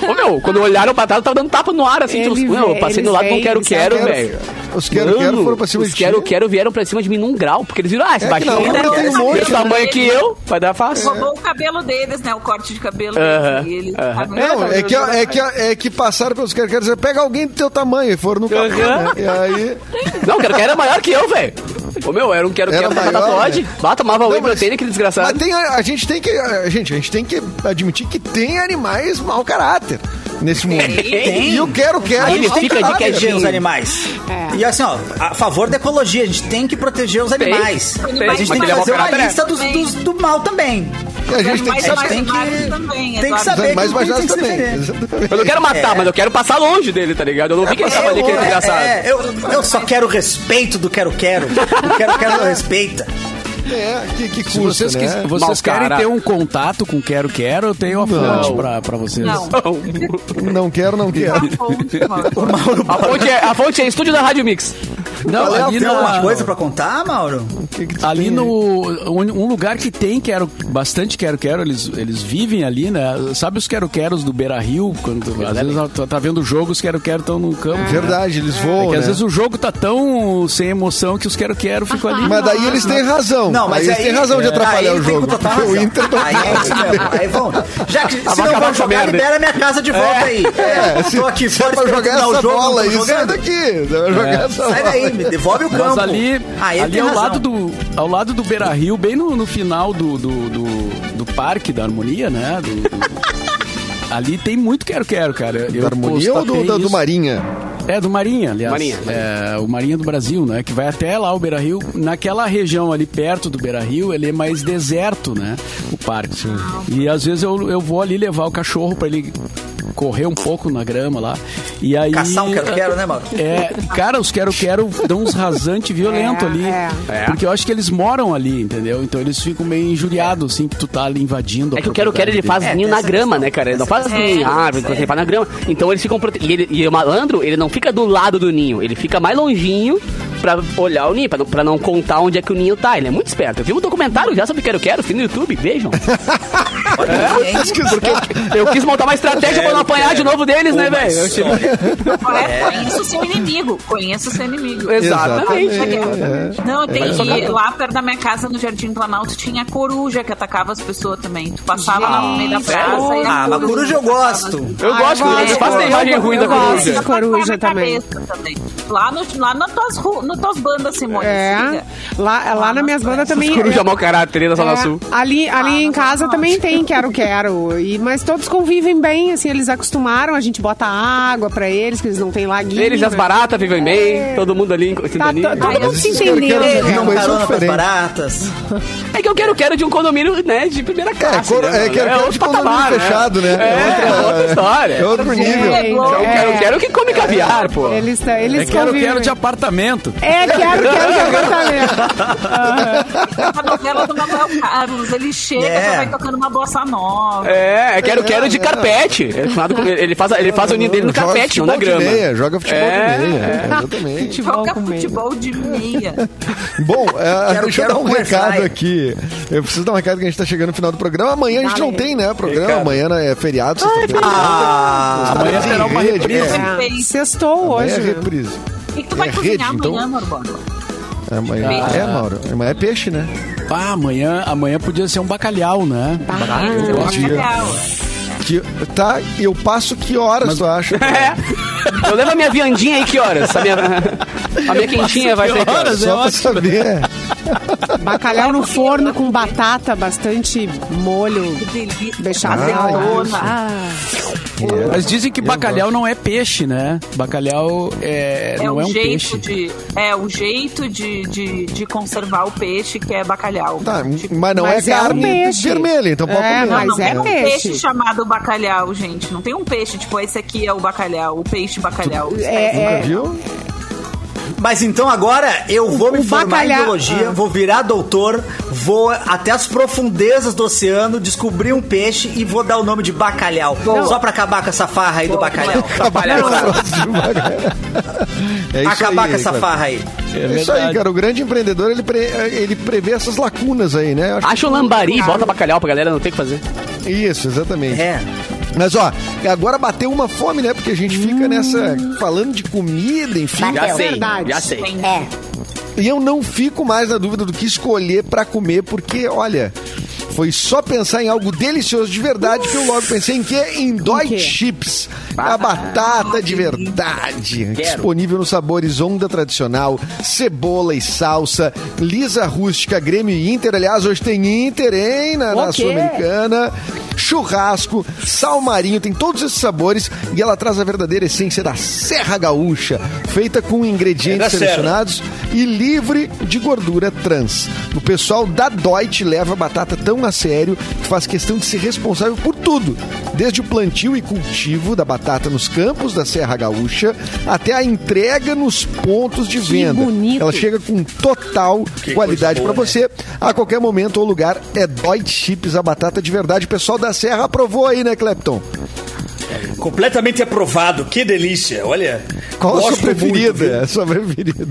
B: no, Ô, meu, quando olharam pra trás, eu tava dando tapa no ar, assim,
A: Ele
B: tipo, meu, eu
A: vê-
B: passei
A: ele
B: no lado com
A: vê,
B: quero,
A: ele
B: quero,
A: sabe. assim.
B: velho.
D: Os quero, quero
B: Mano,
D: foram pra cima
B: os
D: de ti.
B: quero, quero vieram pra cima de mim num grau, porque eles viram, ah, esse
D: É que
B: baixinho
D: na
B: ainda
D: Umbra tem um monte,
B: mesmo
G: né?
B: tamanho que eu, vai dar fácil.
G: Roubou o cabelo deles, né? O corte de cabelo
B: Aham,
G: deles. E eles
B: aham.
G: estavam-
D: Não, é que, é, que, é que passaram pelos quero, quero dizer, pega alguém do teu tamanho. E foram no capô,
B: Aham.
D: né? E aí...
B: Não, quero, quero era maior que eu, velho. Ô, meu, era um quero,
D: Era
B: quero da
D: maior,
B: Todd.
D: né?
B: Lá tomava
D: Não,
B: whey
D: mas-
B: proteína, aquele
D: Mas
B: desgraçado.
D: tem, a, a gente tem que... a- gente, a gente tem que admitir que tem animais mau caráter nesse mundo.
C: Tem.
D: E o quero, quero...
B: Aí ele
D: é
C: Então
D: mau
B: fica de
D: caráter.
B: quietinho.
C: proteger os tá animais.
A: É.
C: E assim, ó, a favor da ecologia, a gente tem que proteger os
B: Tem,
C: animais.
B: tem,
C: a gente
B: mas
C: tem que
B: ele é mau
C: fazer uma
B: caráter, é.
C: lista dos, dos- do mal também.
D: E a gente tem que
G: Mas
D: saber...
G: tem que-
C: Tem
G: também,
C: que
G: Eduardo.
D: Os
C: saber
D: animais
C: que tem
D: imaginados
C: que se
D: também.
C: defender.
D: exatamente.
B: Eu não quero matar,
C: É.
B: mas eu quero passar longe dele, tá ligado? Eu não vi que ele tava ali, aquele
C: é,
B: desgraçado.
C: é, eu, eu só quero o respeito do quero-quero. O quero-quero não respeita.
D: É, que, que custa,
I: Se vocês,
D: né?
I: quis- vocês
B: Mau
I: querem
B: cara.
I: ter um contato com Quero Quero, eu tenho a fonte pra, pra
D: é
I: vocês.
G: Não. tá
D: Não quero, não quero.
B: A fonte é, a fonte é estúdio da Rádio Mix.
I: Não,
C: Léo,
I: ali
C: tem
I: na-
C: alguma coisa pra contar, Mauro?
D: É.
I: Ali no. Um, um lugar que tem quero, bastante quero-quero, eles, eles vivem ali, né? Sabe os quero-queros do Beira Rio? Quando, às vezes tá, tá vendo o jogo, os quero-quero estão no campo.
D: Verdade, eles
I: É
D: voam,
I: que
D: né?
I: às vezes o jogo tá tão sem emoção que os quero-quero ficam ali.
D: Mas daí eles têm razão.
C: Não, mas
D: aí eles
C: aí, É.
D: têm razão de
C: aí
D: atrapalhar o
C: tem
D: jogo.
C: total
D: porque o
C: razão.
D: Inter Tá
C: Aí é isso mesmo. Aí vão. Já que se não
B: acabar
C: vão
B: com
C: jogar,
B: merda.
C: libera minha casa de volta aí. É,
D: se-
C: tô aqui
D: se é
C: fora
D: pra
C: esperando
D: jogar
C: terminar o
D: essa
C: jogo, não
D: bola
C: tô
D: aí, sai
C: jogando.
D: daqui. Você vai
I: É.
D: jogar essa
C: Sai
D: bola.
C: daí, me devolve o campo.
I: Mas ali,
C: Aí ele
I: ali é
C: tem
I: ao,
C: razão.
I: lado do, ao lado do Beira Rio, bem no, no final do, do, do, do Parque da Harmonia, né? Do- do- ali tem muito quero-quero, cara. Eu
D: Da harmonia ou do,
I: constatei
D: da- do
I: isso.
D: Marinha?
I: É, do Marinha, aliás.
B: Marinha,
I: É, o Marinha do Brasil, né? Que vai até lá o Beira Rio. Naquela região ali perto do Beira Rio, ele é mais deserto, né? O parque. E às vezes eu, eu vou ali levar o cachorro pra ele correr um pouco na grama lá. E aí.
C: Caçar um quero-quero, né, Mauro?
I: É, cara, os quero-quero dão uns rasante violento
A: É,
I: ali.
A: é.
I: Porque eu acho que eles moram ali, entendeu? Então eles ficam meio injuriados, assim, que tu tá ali invadindo. a
B: É que o quero quero ele faz
I: propriedade
C: É,
B: ninho
C: tem
B: na
C: essa
B: grama,
C: questão.
B: né, cara? Ele não
C: Essa
B: faz
C: questão.
B: ninho em árvore,
C: É,
B: ele faz na grama. Então eles ficam prote... e, ele- e o malandro, ele não fica do lado do ninho, ele fica mais longinho pra olhar o ninho, pra não, pra não contar onde é que o ninho tá. Ele é muito esperto. Eu vi um documentário já sobre quero quero, fui no YouTube, vejam.
I: É?
B: Eu quis montar uma estratégia pra não apanhar de novo deles, né, velho? Eu tive-
G: É, Conheça o seu inimigo. Conheça o seu inimigo.
B: Exatamente.
G: Exatamente. Não, tem
B: Mas eu
G: que
B: sou
G: lá perto da minha casa, no Jardim Planalto, tinha coruja que atacava as pessoas também. Tu passava lá no meio da praça. e a
C: Ah, mas coruja eu gosto.
B: Eu
A: Ah,
B: gosto,
A: eu
G: É,
B: eu
A: gosto,
B: faço
A: eu
B: imagem
A: gosto,
B: ruim da
A: eu gosto.
B: coruja.
A: coruja
G: Atacava a
A: também.
G: cabeça também. Lá, no, lá nas tuas ruas, nas tuas bandas, Simone. se
A: É.
G: liga.
A: Lá, lá nas minhas bandas também.
B: Coruja mau caráter hein, da Zona
A: É,
B: Sul.
A: ali ali em
G: não,
A: casa
G: não.
A: também tem quero quero e mas todos convivem bem assim eles acostumaram a gente bota água pra eles que eles não têm laguinho né?
B: Eles e as baratas vivem bem, todo mundo ali em
A: tá, to-
B: sintonia.
A: todo
G: Ai,
A: mundo
G: esses
A: se
D: caras querem
A: entendeu
D: ver
A: né?
D: Não,
C: Não,
D: coisas
C: carona pras
D: diferentes.
C: baratas.
B: É que eu quero quero de um condomínio, né, de primeira
D: É,
B: classe.
D: cor,
B: né,
D: é,
B: mano?
D: que era
B: outro
D: de condomínio
B: patamar, né?
D: fechado, né?
B: É, outra história.
D: É outro nível.
A: É,
B: Eu
A: é,
B: quero, quero que come caviar, pô.
A: eles tá-
I: É
A: eles
I: quero,
A: convivem.
I: quero de apartamento.
A: é quero quero de apartamento
G: A novela do Manuel Carlos, ele chega,
C: É.
G: já vai tocando uma bossa nova.
B: É, é quero, quero de carpete. Ele fala com- Ele faz, ele faz o ninho dele no
D: Joga
B: carpete, não
D: futebol
B: na
D: de
B: grama.
D: meia, joga futebol
B: É,
D: de meia.
B: é.
D: Exatamente.
A: Futebol
G: Joga
A: com meia.
G: futebol de meia.
D: Bom, é,
C: Quero-
D: deixa eu
C: quero
D: dar um
C: conversar,
D: recado
C: hein?
D: aqui. Eu preciso dar um recado que a gente tá chegando no final do programa. Amanhã a gente não tem, né? Programa.
B: Recado.
D: Amanhã é feriado. sexta-feira.
C: Ah,
I: Amanhã será uma
D: Rede,
I: reprise.
D: é.
G: Perfeito.
A: sextou
D: Amanhã é
A: hoje né?
D: reprise.
G: E tu vai
D: É rede,
G: cozinhar
D: então?
G: amanhã, Morbono?
D: Amanhã. É, Mauro. Amanhã é peixe, né?
I: Ah, amanhã, amanhã podia ser um bacalhau, né?
G: Então,
D: bom
G: é
D: dia.
G: legal.
D: Que, tá, e eu passo que horas, tu acha? cara?
B: É. Eu levo a minha viandinha aí que horas? A minha, a minha quentinha vai ser que horas?
D: Só pra saber.
A: bacalhau no forno com batata bastante molho
G: Que delícia.
A: Deixar
G: Ah, Azeitona.
I: Mas dizem que bacalhau não é peixe, né? Bacalhau é,
G: É
I: não
G: um
I: é um
G: jeito
I: peixe.
G: de. É um jeito de, de, de conservar o peixe que é bacalhau.
D: Tá,
G: Tipo,
D: mas não
A: Mas
D: é
A: é um
D: carne
A: peixe.
D: vermelha, então pode
A: É,
D: comer.
A: mas
G: não
A: é
G: tem um
A: peixe.
G: peixe. chamado bacalhau, gente. Não tem um peixe, tipo, esse aqui é o bacalhau, o peixe bacalhau.
A: é,
D: Nunca
A: é,
D: viu?
C: Mas então agora eu vou me
A: o
C: formar
A: bacalhau-
C: em biologia,
A: Ah.
C: vou virar doutor, vou até as profundezas do oceano, descobrir um peixe e vou dar o nome de bacalhau. Só pra acabar com essa farra aí do bacalhau.
D: É isso
C: acabar
D: aí,
C: com essa
D: Cleber.
C: farra aí.
D: É, isso aí, cara. O grande empreendedor, ele, pre- ele prevê essas lacunas aí, né? Eu acho
B: Acha um lambari, bota bacalhau pra galera não ter o que fazer.
D: Isso, exatamente.
C: Ah. É.
D: Mas ó, agora bateu uma fome, né? Porque a gente
C: Hum.
D: fica nessa. falando de comida, enfim.
B: Já
E: Bateu.
B: sei,
A: Verdade.
B: já sei.
E: É.
D: E eu não fico mais na dúvida do que escolher pra comer, porque, olha, foi só pensar em algo delicioso de verdade que eu logo pensei em que? Em Dói
A: quê?
D: Chips. A batata de verdade. Disponível nos sabores onda tradicional, cebola e salsa, lisa rústica, Grêmio e Inter. Aliás, hoje tem Inter, hein? Na, na
A: O quê?
D: Sul-Americana. Churrasco, salmarinho, tem todos esses sabores e ela traz a verdadeira essência da Serra Gaúcha, feita com ingredientes
C: É da Serra.
D: selecionados contaminados e livre de gordura trans. O pessoal da Deutsche leva a batata tão a sério que faz questão de ser responsável por tudo, desde o plantio e cultivo da batata nos campos da Serra Gaúcha até a entrega nos pontos de venda.
A: bonito.
D: Ela chega com total qualidade para
J: né?
D: você a qualquer momento ou lugar. É Deutsche Chips a batata de verdade. O pessoal da Serra aprovou aí, né, Clepton?
J: Completamente aprovado, que delícia, olha.
D: Qual a sua
J: Gosto muito, viu?
D: preferida? A sua preferida.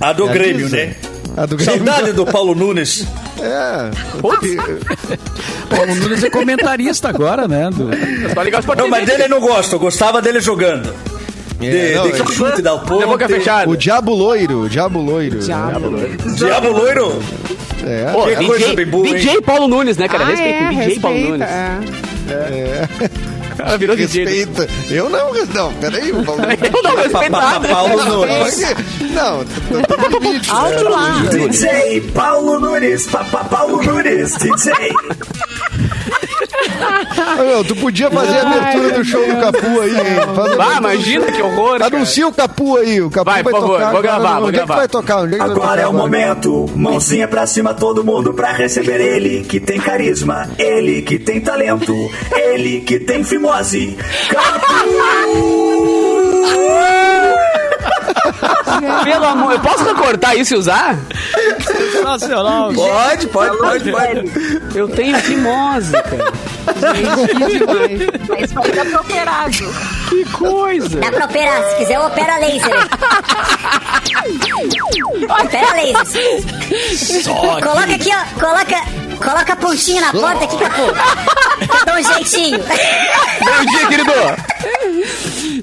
J: a do
D: É a
J: Grêmio,
D: Lisa.
J: né?
D: A do Grêmio.
J: Saudade do Paulo Nunes.
D: É.
I: Paulo Nunes é comentarista agora, né? Do...
B: Só ligar os
J: Não, mas
B: portugueses.
J: dele
C: é
J: eu não gosto, eu gostava dele jogando. De,
B: É,
D: não,
J: de
D: ele-
J: que chute, dá o ponte.
B: Da boca é fechada.
D: O Diabo Loiro, o Diabo Loiro.
A: Diabo.
J: Diabo loiro.
D: É.
B: Pô,
J: Que coisa
B: DJ,
J: bem boa, hein?
B: DJ Paulo Nunes, né, cara?
A: Ah,
B: respeita
A: é,
B: o DJ Paulo Nunes.
A: é.
B: Ela virou DJ. né?
D: Respeita. Eu não, não, peraí. o Paulo Nunes.
B: Eu não respeito nada.
C: Paulo Nunes.
D: é Não, tô- tô com limite, né?
A: Alto lá.
H: DJ Paulo Nunes, papá Paulo Nunes, DJ.
D: Ah, meu, tu podia fazer a
A: Ai,
D: abertura do show do Capu aí, hein? Faz
B: Vai,
D: a abertura do
B: imagina que horror.
D: show.
B: cara.
D: Anuncia o Capu aí, o Capu vai,
B: Vai, por favor,
D: tocar.
B: vou
D: agora.
B: gravar, vou
D: Onde é que
B: gravar.
D: vai tocar? Onde é que vai
H: Agora
D: tocar
H: é o momento. Mãozinha pra cima todo mundo pra receber ele que tem carisma, ele que tem talento, ele que tem fimose.
B: Pelo amor, eu posso recortar isso e usar?
I: Sensacional.
C: Pode, pode, pode, pode.
B: Eu tenho fimose, cara.
G: Mas vai dar pra operado.
B: Que coisa.
E: Dá pra operar, se quiser eu opera laser. opera laser. Coloca aqui, ó. Coloca, coloca a pontinha na porta aqui, capô. Dá um jeitinho.
B: Bom dia, querido.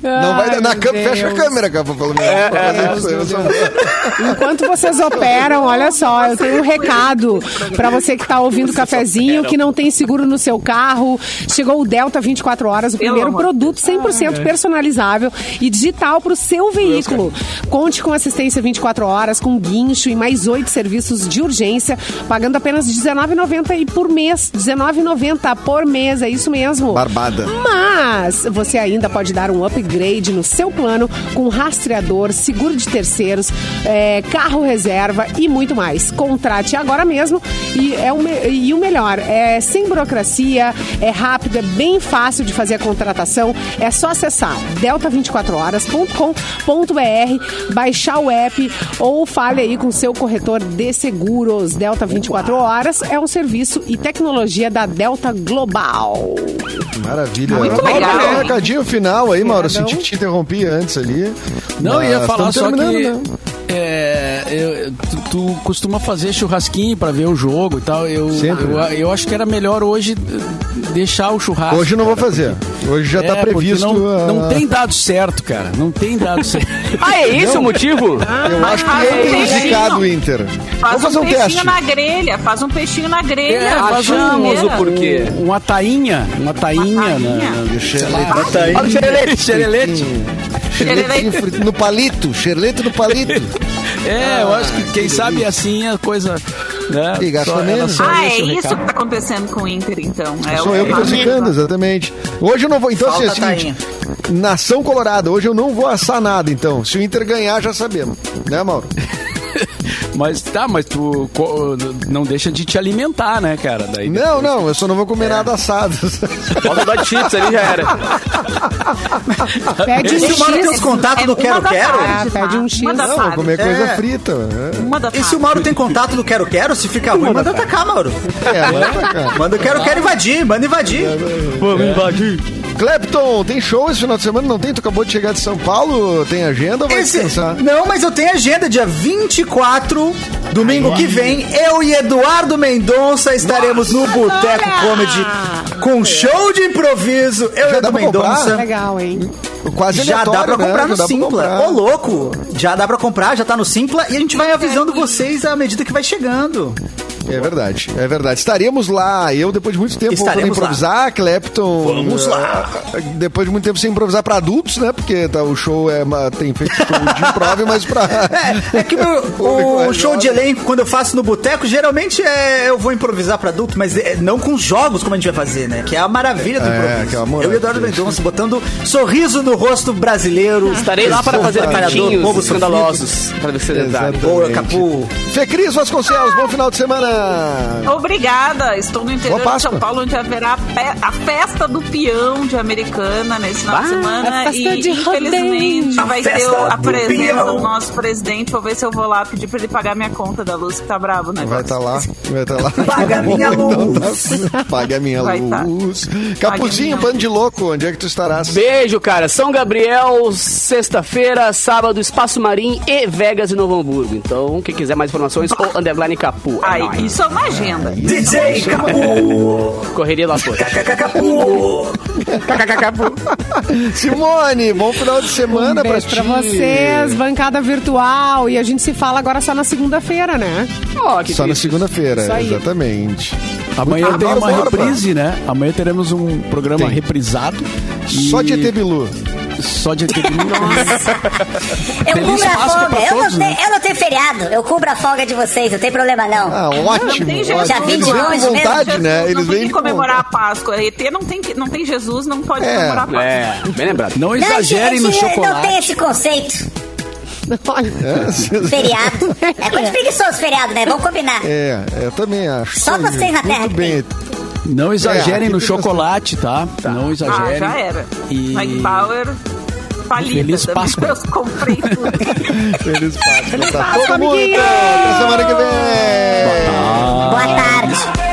D: Não
A: Ai,
D: vai dar na
A: meu
D: câmera. Fecha a
A: Deus.
D: câmera, capa, pelo menos.
B: É,
D: Eu sou- um
A: Enquanto vocês operam, olha só, eu tenho um recado para você que tá ouvindo o cafezinho, que não tem seguro no seu carro. Chegou o Delta 24 horas, o
G: Pelo
A: primeiro
G: amor Ah,
A: produto
G: é.
A: 100% personalizável e digital para o seu veículo. Conte com assistência 24 horas, com guincho e mais oito serviços de urgência, pagando apenas R$19,90 e por mês. R$19,90 por mês, é isso mesmo.
D: Barbada.
A: Mas você ainda pode dar um upgrade no seu plano com rastreador, seguro de terceiros, é, carro reserva e muito mais. Contrate agora mesmo e, é o, me- e o melhor, é sem burocracia, é rápido, é bem fácil de fazer a contratação. É só acessar delta24horas.com.br, baixar o app ou fale aí com seu corretor de seguros. Delta 24 Horas é um serviço e tecnologia da Delta Global.
D: Maravilha.
G: Muito
D: Mauro,
G: legal,
D: tem um
G: hein?
D: recadinho final aí, Mauro.
A: Obrigadão.
D: Senti que te interrompi antes ali.
I: Não,
D: Mas
I: ia falar
D: estamos
I: só que.
D: terminando, né?
I: é, eu- tu, tu costuma fazer churrasquinho pra ver o jogo e tal. Eu,
D: Sempre.
I: eu, eu acho que era melhor hoje deixar o churrasco.
D: Hoje eu não vou fazer. Hoje já tá
I: É, Ah, porque
D: previsto. ah,
I: Não, não
D: a-
I: tem dado certo, cara. Não tem dado certo.
B: Ah, é esse o motivo?
D: Eu acho que
G: Faz um
D: eu tenho
G: peixinho.
D: indicado o Inter.
G: Faz
D: Vamos fazer
G: um
D: um
G: peixinho
D: teste.
G: na grelha, faz um peixinho na grelha.
I: É,
B: faz
G: na
B: um-
G: churrasqueira.
B: o porquê. quê?
I: Uma tainha. Uma tainha.
G: tainha?
I: né? Sei lá.
G: Ah,
J: Tá aí.
B: Olha o xerelete.
I: Xerelete.
D: Xerletinho frito no palito. Xerleto no palito.
I: É, eu acho que quem sabe assim a coisa. Né?
D: E gasto
I: Só- era
D: menos.
I: só
G: Ah, é
I: o
G: isso
I: recado.
G: que tá acontecendo com o Inter, então. É
D: Sou
G: o
D: eu que tô ficando, exatamente. Hoje eu não vou. Então, assim, é o
C: Falta
D: seguinte. Nação Colorada, hoje eu não vou assar nada, então. Se o Inter ganhar, já sabemos. Né, Mauro?
I: Mas tá, mas tu co- não deixa de te alimentar, né, cara? Daí
D: Não, não, eu só não vou
I: É.
D: comer nada assado.
B: Bota o Dot Chips ali já era.
A: Pede um
C: Deixa o Mauro ter
A: X.
C: os contatos
G: É
C: do
G: uma
C: Quero
G: da
C: Quero.
G: tarde, tá?
A: Ah, pede um X.
G: Uma da
A: Não,
G: tarde.
D: comer coisa
C: É.
D: frita. é.
G: Uma da
C: E se
G: tarde.
C: o Mauro tem contato do Quero Quero, se fica ruim, manda atacar, Mauro.
D: É, manda pra cá.
C: Manda o Quero Quero invadir, manda invadir.
I: Vamos invadir.
D: Clapton, tem show esse final de semana? Não tem? Tu acabou de chegar de São Paulo? Tem agenda ou vai
C: Esse-
D: descansar?
C: Não, mas eu tenho agenda, dia 24, domingo que vem, eu e Eduardo Mendonça estaremos no Boteco Comedy com show de improviso. Eu e
D: Já dá
C: Edu
D: pra comprar?
C: Mendonça.
A: Legal, hein?
D: Quase
C: Já dá
D: aleatório,
C: pra
D: né?
C: comprar no
D: Já dá pra
C: Simpla.
D: comprar.
C: Ô, louco! Já dá pra comprar, já tá no Simpla e a gente vai avisando vocês à medida que vai chegando.
D: É verdade, é verdade. Estaremos lá. Eu, depois de muito tempo, voltando a
C: Estaremos lá.
D: improvisar, Clapton.
C: Vamos
D: eh,
C: lá.
D: Depois de muito tempo sem improvisar pra adultos, né? Porque tá, o show é, uma- tem feito show de improv, mas pra.
C: É, é que meu- o,
D: Público,
C: show
D: é
C: de
D: jovem.
C: elenco, quando eu faço no boteco, geralmente é, eu vou improvisar pra adulto, mas é, não com jogos como a gente vai fazer, né? Que é a maravilha do
D: É, que é
C: improviso.
D: uma
C: eu
D: maravilha.
C: e Eduardo Mendonça botando sorriso no rosto brasileiro.
B: Estarei lá para fazer
C: Trabalhador,
B: pintinhos
C: povo
B: escandalosos. Para ver se vocês entrarem.
C: sofrido. Boa, Capu.
D: Fê Cris Vasconcelos, bom final de semana.
G: Obrigada, estou no interior
D: Boa
G: de São
D: Páscoa.
G: Paulo, onde haverá pe- a festa do peão de Americana nesse final de semana.
A: a festa
G: e
A: de
G: infelizmente
A: rodeio.
G: vai
J: A
G: ter
J: festa
G: a
J: do
G: presença
J: peão.
G: do nosso presidente. Vou ver se eu vou lá pedir pra ele pagar minha conta da luz, que tá bravo, né?
D: Vai estar lá, vai estar lá. tá
C: Paga minha luz.
D: assim. Paga a minha
G: Vai tá.
D: luz. Capuzinho,
G: minha luz.
D: bando de louco, onde é que tu estarás?
B: Beijo, cara. São Gabriel, sexta-feira, sábado, Espaço Marim e Vegas e Novo Hamburgo. Então, quem quiser mais informações, ou underline Capu. É
G: Ai,
B: nóis.
G: isso é uma agenda.
J: DJ Capu!
B: Correria lá fora.
J: Capu!
D: Simone, bom final de
A: Um
D: semana
A: beijo pra
D: ti.
A: vocês, bancada virtual. E a gente se fala agora só na segunda-feira, né?
B: Ó, Oh, que
D: Só na
B: triste.
D: segunda-feira,
A: Isso aí.
D: exatamente.
I: Amanhã
D: Muito
I: tem
D: bom.
I: uma
D: Bora,
I: reprise, né? Amanhã teremos um programa
D: Tem.
I: reprisado. e-
D: Só de ET Bilu.
I: Só de ET Bilu.
E: Eu
I: Feliz
E: cubro a
I: Páscoa
E: folga.
I: pra
E: Eu não,
I: todos, né?
E: tenho, eu não tenho feriado. Eu cubro a folga de vocês, não tem problema não.
D: Ah, ótimo.
G: Tem
D: ótimo.
G: Jesus. é
E: Já vi
D: Eles
E: de
D: vêm
E: hoje
D: com
E: mesmo,
D: vontade,
G: Jesus
D: né?
G: não
D: Eles
G: tem
D: vêm
G: que comemorar a Páscoa. ET não tem, que- não tem Jesus, não pode
D: É.
G: comemorar a Páscoa.
B: É, bem lembrado.
I: Não
E: Não, é
I: exagerem
E: gente,
I: no
E: Não tem
I: chocolate.
E: esse conceito.
A: Olha,
D: Com...
E: Feriado. É coisa de preguiçoso feriado, né? Vamos combinar.
D: É, eu também acho.
E: Só
D: Isso aí,
E: vocês na Terra
D: Muito
E: que
D: bem.
I: Não
D: É,
I: exagerem
D: aqui
I: no
D: tem
I: chocolate, tá? Não
G: Ah,
I: exagerem.
G: já era.
I: E-
G: Mike Bauer falida.
I: Feliz
G: também.
I: Páscoa.
G: Eu comprei tudo.
D: Feliz Páscoa. Tá
A: Páscoa,
D: todo mundo.
A: amiguinhos!
I: Ah.
D: Até semana que vem.
E: Boa tarde.